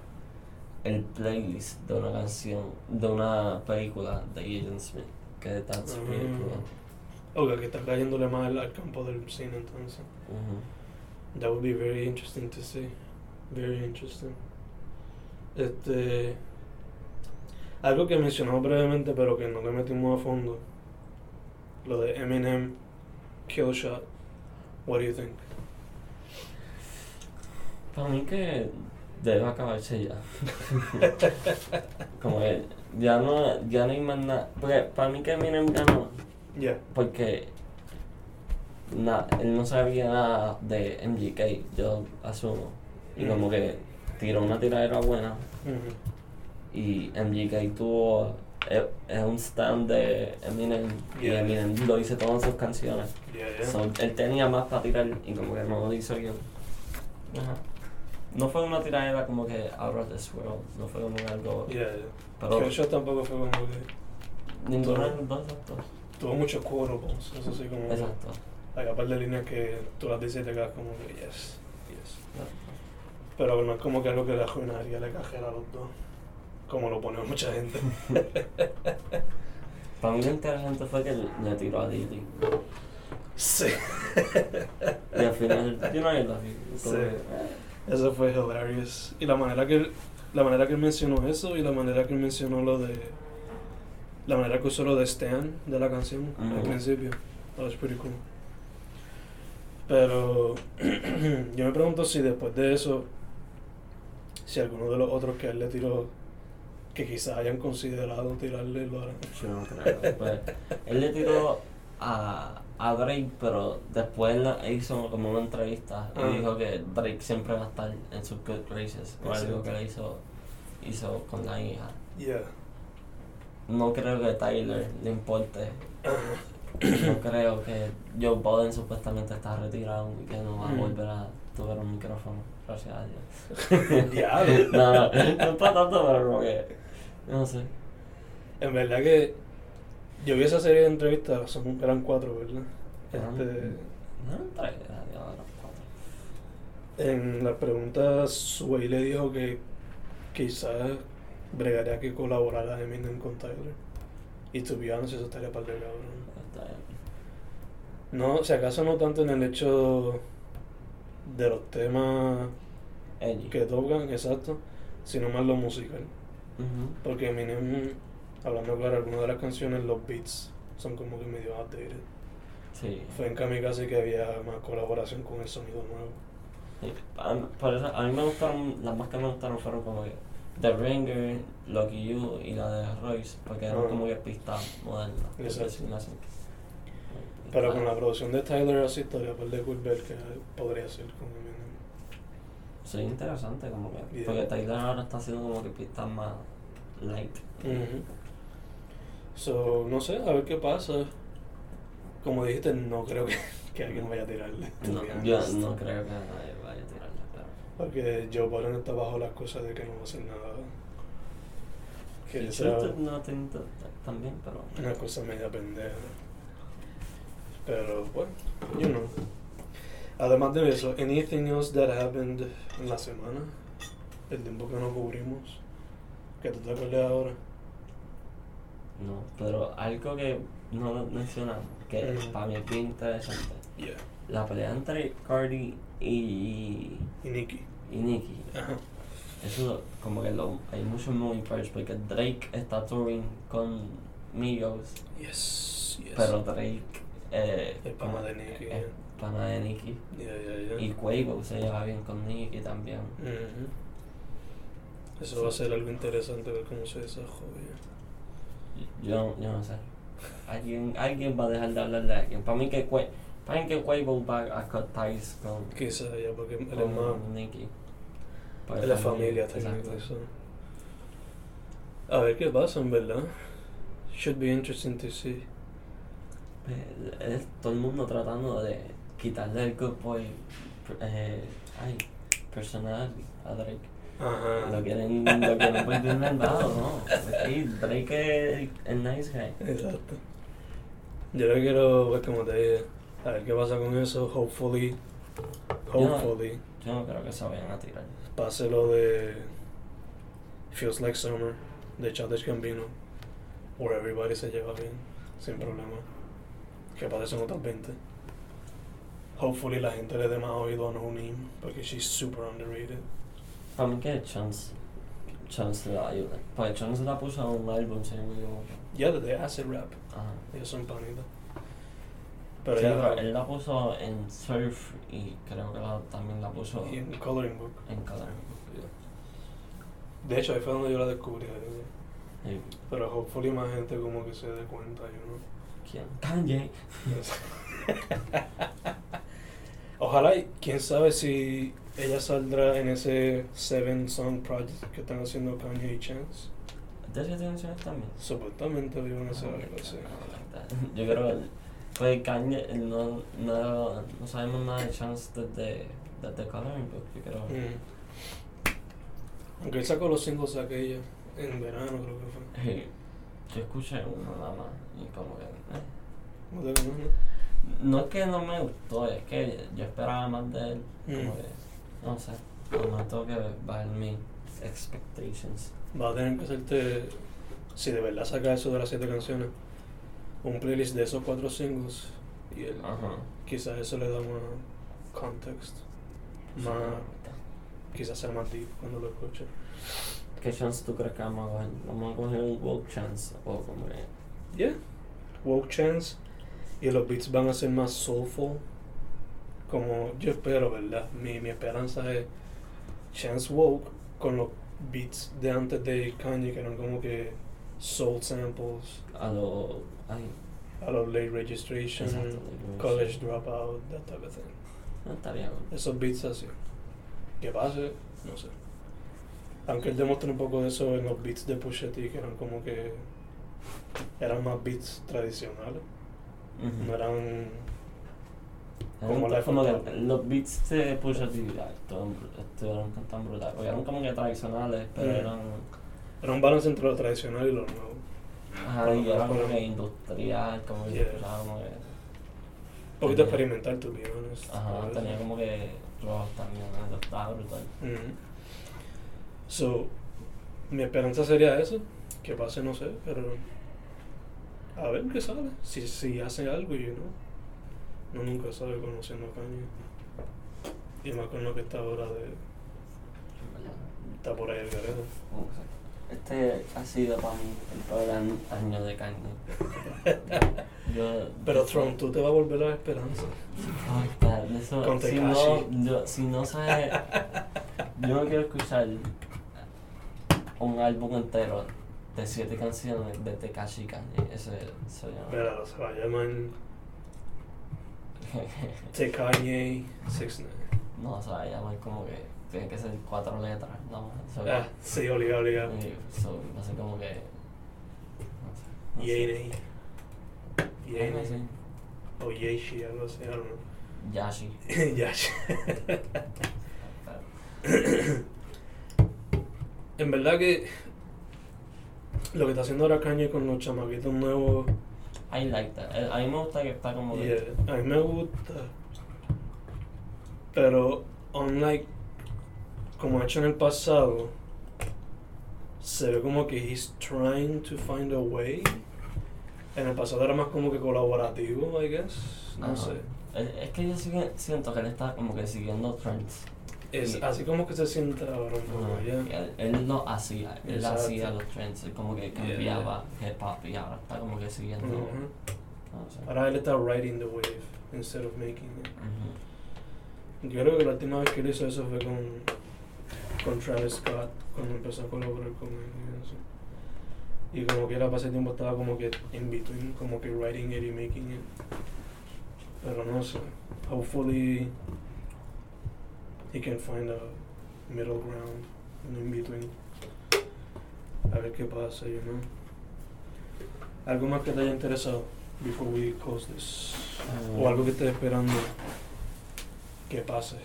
[SPEAKER 2] el playlist de una canción, de una película de Agent Smith, que es That's
[SPEAKER 1] Mm.
[SPEAKER 2] Pretty Cool.
[SPEAKER 1] Oiga, que está cayéndole más al- al campo del cine entonces.
[SPEAKER 2] Ujú.
[SPEAKER 1] That would be very interesting to see. Very interesting. Este. Algo que mencionamos brevemente, pero que no le metimos a fondo. Lo de Eminem Kill Shot. What do you think?
[SPEAKER 2] Para mí que debe acabarse ya. Como que ya no, ya no hay más nada. Porque para mí que Eminem ganó,
[SPEAKER 1] Yeah.
[SPEAKER 2] porque na- él no sabía nada de MGK, yo asumo. Y como que tiró una tiradera buena.
[SPEAKER 1] Ujú.
[SPEAKER 2] Y MGK tuvo. Es, es un stand de Eminem. Y
[SPEAKER 1] Yeah.
[SPEAKER 2] Eminem lo hizo todas sus canciones.
[SPEAKER 1] Yeah, yeah.
[SPEAKER 2] So, él tenía más para tirar y como que no lo hizo bien. Ajá. No fue una tiradera como que out of this world, no fue como algo.
[SPEAKER 1] yeah, yeah.
[SPEAKER 2] Pero
[SPEAKER 1] Kershaw tampoco fue como que.
[SPEAKER 2] ninguno de los dos, exacto.
[SPEAKER 1] Tuvo muchos quotables, eso sí, como. que-
[SPEAKER 2] Exacto.
[SPEAKER 1] Hay un par de líneas que tú las dices y te quedas como que, yes, yes.
[SPEAKER 2] exacto.
[SPEAKER 1] Pero no es como que algo que le arruinaría la cajera a los dos. Como lo pone mucha gente.
[SPEAKER 2] Para mí lo interesante fue que le tiró a Diddy.
[SPEAKER 1] sí.
[SPEAKER 2] Y al final, yo eh, no lo vi.
[SPEAKER 1] Sí. Eso fue hilarious. Y la manera que la manera que él mencionó eso y la manera que él mencionó lo de la manera que usó lo de Stan de la canción al
[SPEAKER 2] Ujú.
[SPEAKER 1] principio. That was pretty cool. Pero yo me pregunto si después de eso si alguno de los otros que él le tiró que quizás hayan considerado tirarle lo harán.
[SPEAKER 2] Yo no creo. pues, él le tiró a, a Drake, pero después la- hizo como una entrevista y
[SPEAKER 1] Ah.
[SPEAKER 2] dijo que Drake siempre va a estar en sus good races por algo
[SPEAKER 1] Exacto.
[SPEAKER 2] que le hizo, hizo con la hija.
[SPEAKER 1] Yeah.
[SPEAKER 2] No creo que Tyler le importe. No creo que Joe Biden supuestamente está retirado y que no va a
[SPEAKER 1] Mm.
[SPEAKER 2] volver a tocar un micrófono. Gracias a Dios.
[SPEAKER 1] Diablo.
[SPEAKER 2] no, no, no es para tanto, pero como que. No sé.
[SPEAKER 1] En verdad que yo vi esa serie de entrevistas, son, eran cuatro, ¿verdad?
[SPEAKER 2] Eran-
[SPEAKER 1] Este,
[SPEAKER 2] No, tres, eran- eran cuatro.
[SPEAKER 1] en las preguntas, Sway le dijo que quizás bregaría que colaborara Eminem con Tyler. Y to be honest, eso estaría para el cabrón.
[SPEAKER 2] Está bien.
[SPEAKER 1] No, si acaso no tanto en el hecho de los temas
[SPEAKER 2] Ellie.
[SPEAKER 1] que tocan, exacto, sino más lo musical.
[SPEAKER 2] Ujú.
[SPEAKER 1] Porque Eminem, hablando claro, algunas de las canciones, los beats son como que medio outdated.
[SPEAKER 2] Sí.
[SPEAKER 1] Fue en Kamikaze que había más colaboración con el sonido nuevo.
[SPEAKER 2] Sí. A mí- Por eso, a mí me gustaron, las más que me gustaron fueron como que The Ringer, Lucky You y la de Royce, porque eran
[SPEAKER 1] Ah.
[SPEAKER 2] como que pistas modernas.
[SPEAKER 1] Exacto.
[SPEAKER 2] Sí, no sé.
[SPEAKER 1] Pero con
[SPEAKER 2] Ah,
[SPEAKER 1] la producción de Tyler así estaría por de cool ver que podría ser con Eminem.
[SPEAKER 2] Sería interesante como que,
[SPEAKER 1] Yeah.
[SPEAKER 2] porque Taylor ahora está haciendo como que pistas más light.
[SPEAKER 1] Ujú. So, no sé, a ver qué pasa. Como dijiste, no creo que, que alguien vaya a tirarle. to
[SPEAKER 2] No,
[SPEAKER 1] be
[SPEAKER 2] yo
[SPEAKER 1] honest.
[SPEAKER 2] no creo que nadie vaya a tirarla, claro.
[SPEAKER 1] Porque Joe Biden está bajo las cosas de que no va a hacer nada. Que
[SPEAKER 2] Y
[SPEAKER 1] sea
[SPEAKER 2] Twitter no tiene t- t- también, pero...
[SPEAKER 1] una cosa media pendeja. Pero, bueno, you know. Además de eso, anything else that happened en la semana, el tiempo que no cubrimos, que tú te acuerdas ahora.
[SPEAKER 2] No, pero algo que no lo mencionamos, que
[SPEAKER 1] Ujú.
[SPEAKER 2] para mí es bien interesante.
[SPEAKER 1] Yeah.
[SPEAKER 2] La pelea entre Cardi y,
[SPEAKER 1] Y Nicki. Ah.
[SPEAKER 2] y Nicki.
[SPEAKER 1] Ajá.
[SPEAKER 2] Eso como que lo, hay muchos moving parts porque Drake está touring con Migos,
[SPEAKER 1] Yes, yes.
[SPEAKER 2] pero Drake eh,
[SPEAKER 1] Es pana de Nicki,
[SPEAKER 2] es
[SPEAKER 1] eh.
[SPEAKER 2] pana de Nicki.
[SPEAKER 1] Yeah, yeah, yeah.
[SPEAKER 2] Y Quavo se lleva bien con Nicki también.
[SPEAKER 1] Ujú. Eso va a ser algo interesante ver cómo se desarrolla.
[SPEAKER 2] Yo, yo no sé. Alguien, alguien va a dejar de hablar de alguien. Para mí que Quavo, para mí que Quavo va a cut ties con,
[SPEAKER 1] Quizás ya porque él es más.
[SPEAKER 2] con Nicki. Por
[SPEAKER 1] Él es familia,
[SPEAKER 2] exacto.
[SPEAKER 1] técnicamente. so. A ver qué pasa, en verdad. Should be interesting to see.
[SPEAKER 2] Eh, es todo el mundo tratando de quitarle el good boy pr- eh, ay, personality a Drake.
[SPEAKER 1] Ajá.
[SPEAKER 2] Lo quieren, lo quieren volver malvado, ¿no? Sí, Drake es el, el nice guy.
[SPEAKER 1] Exacto. Yo lo que quiero ver como te dije. A ver qué pasa con eso. Hopefully.
[SPEAKER 2] Yo no-
[SPEAKER 1] Hopefully.
[SPEAKER 2] Yo no creo que se vayan a tirar.
[SPEAKER 1] Pase lo de. Feels like summer. De Childish Gambino. Where everybody se lleva bien. Sin problema. Que parecen otras 20. Hopefully la gente le dé más oído a No Name. Porque she's super underrated.
[SPEAKER 2] Para mí que Chance, Chance le ayuda. Pues Chance la puso en un álbum, si no me equivoco.
[SPEAKER 1] Ya desde hace rap.
[SPEAKER 2] Ajá.
[SPEAKER 1] Ellos son panitas. Pero
[SPEAKER 2] Pero
[SPEAKER 1] ya.
[SPEAKER 2] él la puso en Surf y creo que la- también la puso
[SPEAKER 1] Y en Coloring Book.
[SPEAKER 2] en Color.
[SPEAKER 1] De hecho, ahí fue donde yo la descubrí. ¿eh?
[SPEAKER 2] Eh,
[SPEAKER 1] Pero hopefully más gente como que se dé cuenta, yo no.
[SPEAKER 2] ¿Quién? Kanye.
[SPEAKER 1] Ojalá, y quién sabe si ella saldrá en ese Seven Song Project que están haciendo Kanye y Chance.
[SPEAKER 2] ¿Te haces canciones también?
[SPEAKER 1] Supuestamente lo iban a hacer algo así.
[SPEAKER 2] Yo creo que pues Kanye él no, no, no sabemos nada de Chance desde, desde Coloring Book, yo creo.
[SPEAKER 1] Mm. Aunque él sacó los singles aquella en verano, creo que fue.
[SPEAKER 2] Hey, yo escuché uno nada más y como que... eh.
[SPEAKER 1] No te acuerdas, ¿no?
[SPEAKER 2] No es que no me gustó, es que yo esperaba más de él. Como
[SPEAKER 1] Mm.
[SPEAKER 2] que, no sé, no tengo que bajar mis expectations.
[SPEAKER 1] Va a tener que hacerte, si de verdad saca eso de las siete canciones, un playlist de esos cuatro singles y él,
[SPEAKER 2] Ajá.
[SPEAKER 1] quizás eso le da más context, más, quizás sea más deep cuando lo escuche.
[SPEAKER 2] ¿Qué chance tú crees que vamos a coger? ¿Vamos a coger un woke chance o como que...
[SPEAKER 1] Yeah, woke chance y los beats van a ser más soulful, como yo espero, ¿verdad? Mi, mi esperanza es chance woke con los beats de antes de Kanye que eran como que soul samples,
[SPEAKER 2] a lo... Ay,
[SPEAKER 1] a los late registration.
[SPEAKER 2] exacto. pues,
[SPEAKER 1] College Dropout, that type of thing.
[SPEAKER 2] No estaría bueno.
[SPEAKER 1] Esos beats así. Que pase, no sé. Aunque él demuestra un poco de eso en los beats de Pusha T, que eran como que. Eran más beats tradicionales.
[SPEAKER 2] Ujú.
[SPEAKER 1] No eran.
[SPEAKER 2] Era un-
[SPEAKER 1] como la-
[SPEAKER 2] como que los beats de Pusha T ah, estaban bru- estuvieron tan brutales. Pues, Eran como que tradicionales, pero
[SPEAKER 1] Mm.
[SPEAKER 2] eran...
[SPEAKER 1] Era un balance entre lo tradicional y lo nuevo.
[SPEAKER 2] Ajá,
[SPEAKER 1] Bueno,
[SPEAKER 2] y era como
[SPEAKER 1] fueron-
[SPEAKER 2] que industrial, como que
[SPEAKER 1] Yeah.
[SPEAKER 2] escuchaba como que...
[SPEAKER 1] Un poquito
[SPEAKER 2] Tenía-
[SPEAKER 1] experimental, to be honest. a
[SPEAKER 2] Ajá,
[SPEAKER 1] veces.
[SPEAKER 2] tenía como que rock también, ¿no? Eso estaba brutal.
[SPEAKER 1] Mhm. So, mi esperanza sería eso, que pase, no sé, pero a ver qué sale, si, si hace algo y no. No nunca sabe conociendo a Kanye. Y más con lo que está ahora de.
[SPEAKER 2] en verdad.
[SPEAKER 1] está por ahí el garete.
[SPEAKER 2] Como que- Este ha sido para mí el peor an- año de Kanye. Yo,
[SPEAKER 1] Pero Tron, tú te vas a volver la esperanza.
[SPEAKER 2] Fuck that, eso-
[SPEAKER 1] Con
[SPEAKER 2] si,
[SPEAKER 1] Tekashi.
[SPEAKER 2] no, yo- si no sabes, yo no quiero escuchar un álbum entero de siete canciones de Tekashi y Kanye. Eso soy
[SPEAKER 1] Pero se va a llamar Te Kanye 69.
[SPEAKER 2] no, o sea, ya no es como que tiene que ser cuatro letras, no. eso-
[SPEAKER 1] Ah, sí, obligado, obligado.
[SPEAKER 2] Sí, so, no sé como que. No sé. no
[SPEAKER 1] Yay,
[SPEAKER 2] sé.
[SPEAKER 1] Yay. Yay,
[SPEAKER 2] Algo así.
[SPEAKER 1] O Yeishi, algo así, I don't know.
[SPEAKER 2] Yashi.
[SPEAKER 1] ya. en verdad que lo que está haciendo ahora Kanye con los chamaquitos nuevos,
[SPEAKER 2] I like that. Eh, A mí me gusta que está como. que-
[SPEAKER 1] yeah, eh, a mí me gusta. Pero, unlike como ha hecho en el pasado, se ve como que he's trying to find a way. En el pasado era más como que colaborativo, I guess. No
[SPEAKER 2] Ajá.
[SPEAKER 1] sé.
[SPEAKER 2] Eh, Es que yo sí que siento que él está como que siguiendo trends.
[SPEAKER 1] Es
[SPEAKER 2] Y-
[SPEAKER 1] así como que se siente ahora un poco, ya.
[SPEAKER 2] Y Él, él lo hacía, él
[SPEAKER 1] Exacto.
[SPEAKER 2] hacía los trends, él como que
[SPEAKER 1] Yeah.
[SPEAKER 2] cambiaba hip hop y ahora está como que siguiendo.
[SPEAKER 1] Ujú.
[SPEAKER 2] no sé.
[SPEAKER 1] Ahora él está riding the wave instead of making it.
[SPEAKER 2] Ujú.
[SPEAKER 1] Yo creo que la última vez que él hizo eso fue con, con Travis Scott, cuando empezó a colaborar con él. Y, eso. y como que él pasé tiempo estaba como que in between, como que writing it y making it. Pero no sé. Hopefully he can find a middle ground, un in between. A ver qué pasa, you know. ¿Algo más que te haya interesado before we close this? O algo que estés esperando que pase.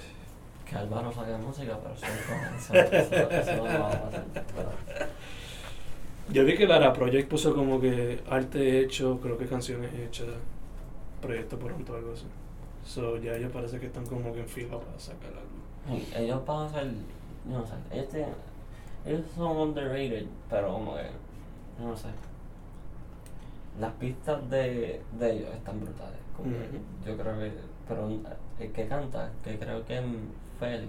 [SPEAKER 2] Que Álvaro saque música, pero eso, eso- eso- eso no lo vamos a hacer. Pero-
[SPEAKER 1] Yo vi que Lara Project puso como que arte hecho, creo que canciones hechas, proyecto pronto, algo así. So ya ellos parece que están como que en fila para sacar algo.
[SPEAKER 2] Sí, ellos van a ser, yo no sé, ellos, tienen- ellos son underrated, pero como que, yo no sé. Las pistas de, de ellos están brutales, como que
[SPEAKER 1] Ujú.
[SPEAKER 2] yo creo que, pero el que canta, que creo que es Feli,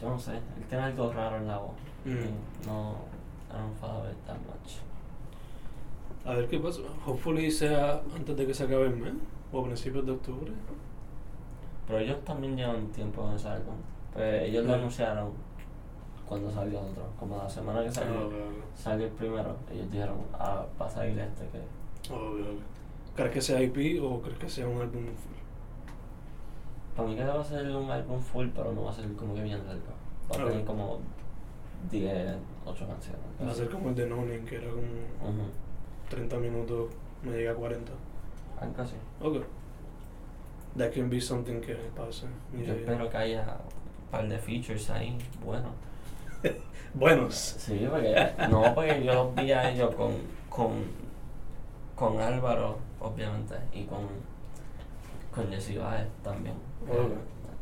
[SPEAKER 2] yo no sé, él tiene algo raro en la voz,
[SPEAKER 1] Mm.
[SPEAKER 2] y no, I don't follow it that much.
[SPEAKER 1] A ver qué pasa. Hopefully sea antes de que se acabe el mes o a principios de octubre.
[SPEAKER 2] Pero ellos también llevan tiempo en ese álbum, pues ellos lo
[SPEAKER 1] Mm.
[SPEAKER 2] anunciaron cuando salió otro. Como la semana que
[SPEAKER 1] Ah,
[SPEAKER 2] salió,
[SPEAKER 1] ok, ok.
[SPEAKER 2] salió el primero, ellos dijeron, ah, va a salir este que.
[SPEAKER 1] Ok, ok. ¿Crees que sea IP o crees que sea un álbum full?
[SPEAKER 2] Para mí que va a ser un álbum full, pero no va a ser como que bien largo. Va a
[SPEAKER 1] Ok.
[SPEAKER 2] tener como 10, 8 canciones.
[SPEAKER 1] Va a ser como el de No Name, que era como
[SPEAKER 2] Ujú.
[SPEAKER 1] 30 minutos, me llega a 40.
[SPEAKER 2] Algo así.
[SPEAKER 1] Ok. That can be something que pase.
[SPEAKER 2] Yo
[SPEAKER 1] Yeah, yeah.
[SPEAKER 2] espero que haya un par de features ahí, bueno.
[SPEAKER 1] Buenos.
[SPEAKER 2] Sí, porque, no, porque yo los vi a ellos con, con, con Álvaro, obviamente, y con, con Jesse Baez también. que
[SPEAKER 1] Ok.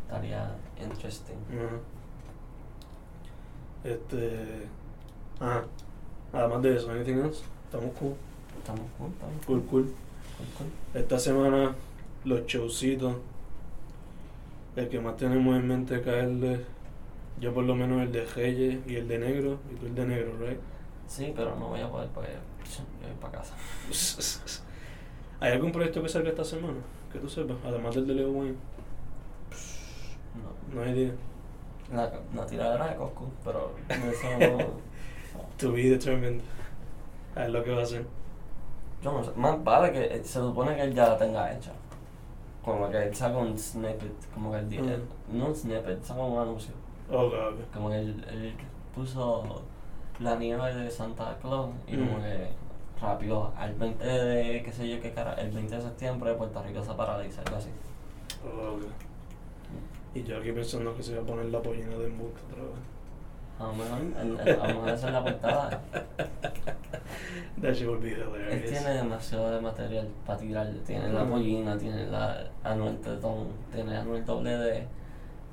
[SPEAKER 2] Estaría interesting.
[SPEAKER 1] Ajá. Este. Ajá. Además de eso, anything else? Estamos cool.
[SPEAKER 2] Estamos juntos.
[SPEAKER 1] Cool, cool. Esta semana, los showcitos. El que más tenemos en mente acá es el de. Yo, por lo menos, el de Reyes y el de Negro. Y tú el de Negro, right?
[SPEAKER 2] Sí, pero no voy a poder porque yo voy para casa.
[SPEAKER 1] ¿Hay algún proyecto que salga esta semana? Que tú sepas. Además del de Leo Wayne.
[SPEAKER 2] No.
[SPEAKER 1] No hay idea.
[SPEAKER 2] La, la tiradera de Coscu, pero eso no.
[SPEAKER 1] To be determined. A ver lo que va a hacer.
[SPEAKER 2] Yo no sé, más vale que eh, se supone que él ya la tenga hecha. Como que él saca un snippet, como que él dice,
[SPEAKER 1] Ujú.
[SPEAKER 2] no un snippet, saca un anuncio.
[SPEAKER 1] Oh, God.
[SPEAKER 2] Como que él, él puso la nieve de Santa Claus y como
[SPEAKER 1] Mm.
[SPEAKER 2] que rápido, al 20 de, qué sé yo qué cara, el 20 de septiembre Puerto Rico se paraliza, algo así.
[SPEAKER 1] Oh, God. Y yo aquí pensando que se iba a poner la pollina de embuste otra vez.
[SPEAKER 2] A lo mejor, Ah, el- el- a lo mejor esa es la portada.
[SPEAKER 1] That shit would be
[SPEAKER 2] Él
[SPEAKER 1] hilarious.
[SPEAKER 2] tiene demasiado de material para tirar. Tiene la
[SPEAKER 1] Ujú.
[SPEAKER 2] pollina, tiene la Anuel Tetón, tiene Anuel Doble D,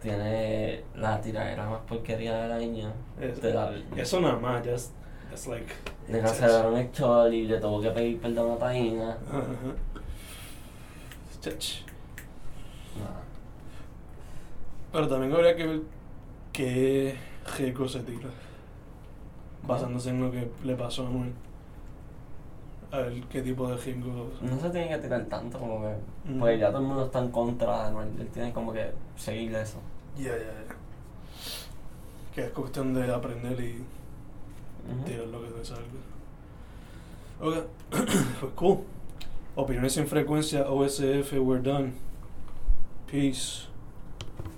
[SPEAKER 2] tiene la tiradera más porquería del año.
[SPEAKER 1] Es-
[SPEAKER 2] de la,
[SPEAKER 1] Eso nada más, just, that's like.
[SPEAKER 2] le cancelaron el show y le tuvo que pedir perdón a Taina.
[SPEAKER 1] Ajá. Chach. Pero también habría que ver qué rico se tira. Basándose en lo que le pasó a Noel. A ver qué tipo de jingo.
[SPEAKER 2] No se tiene que tirar tanto como que.
[SPEAKER 1] Ujú.
[SPEAKER 2] Porque Mm. Pues ya todo el mundo está en contra de Anuel. Él tiene como que seguirle eso.
[SPEAKER 1] Ya, ya, ya. Que es cuestión de aprender y
[SPEAKER 2] Ujú.
[SPEAKER 1] tirar lo que te salga. Ok, pues cool. Opiniones sin frecuencia, OSF, we're done. Peace.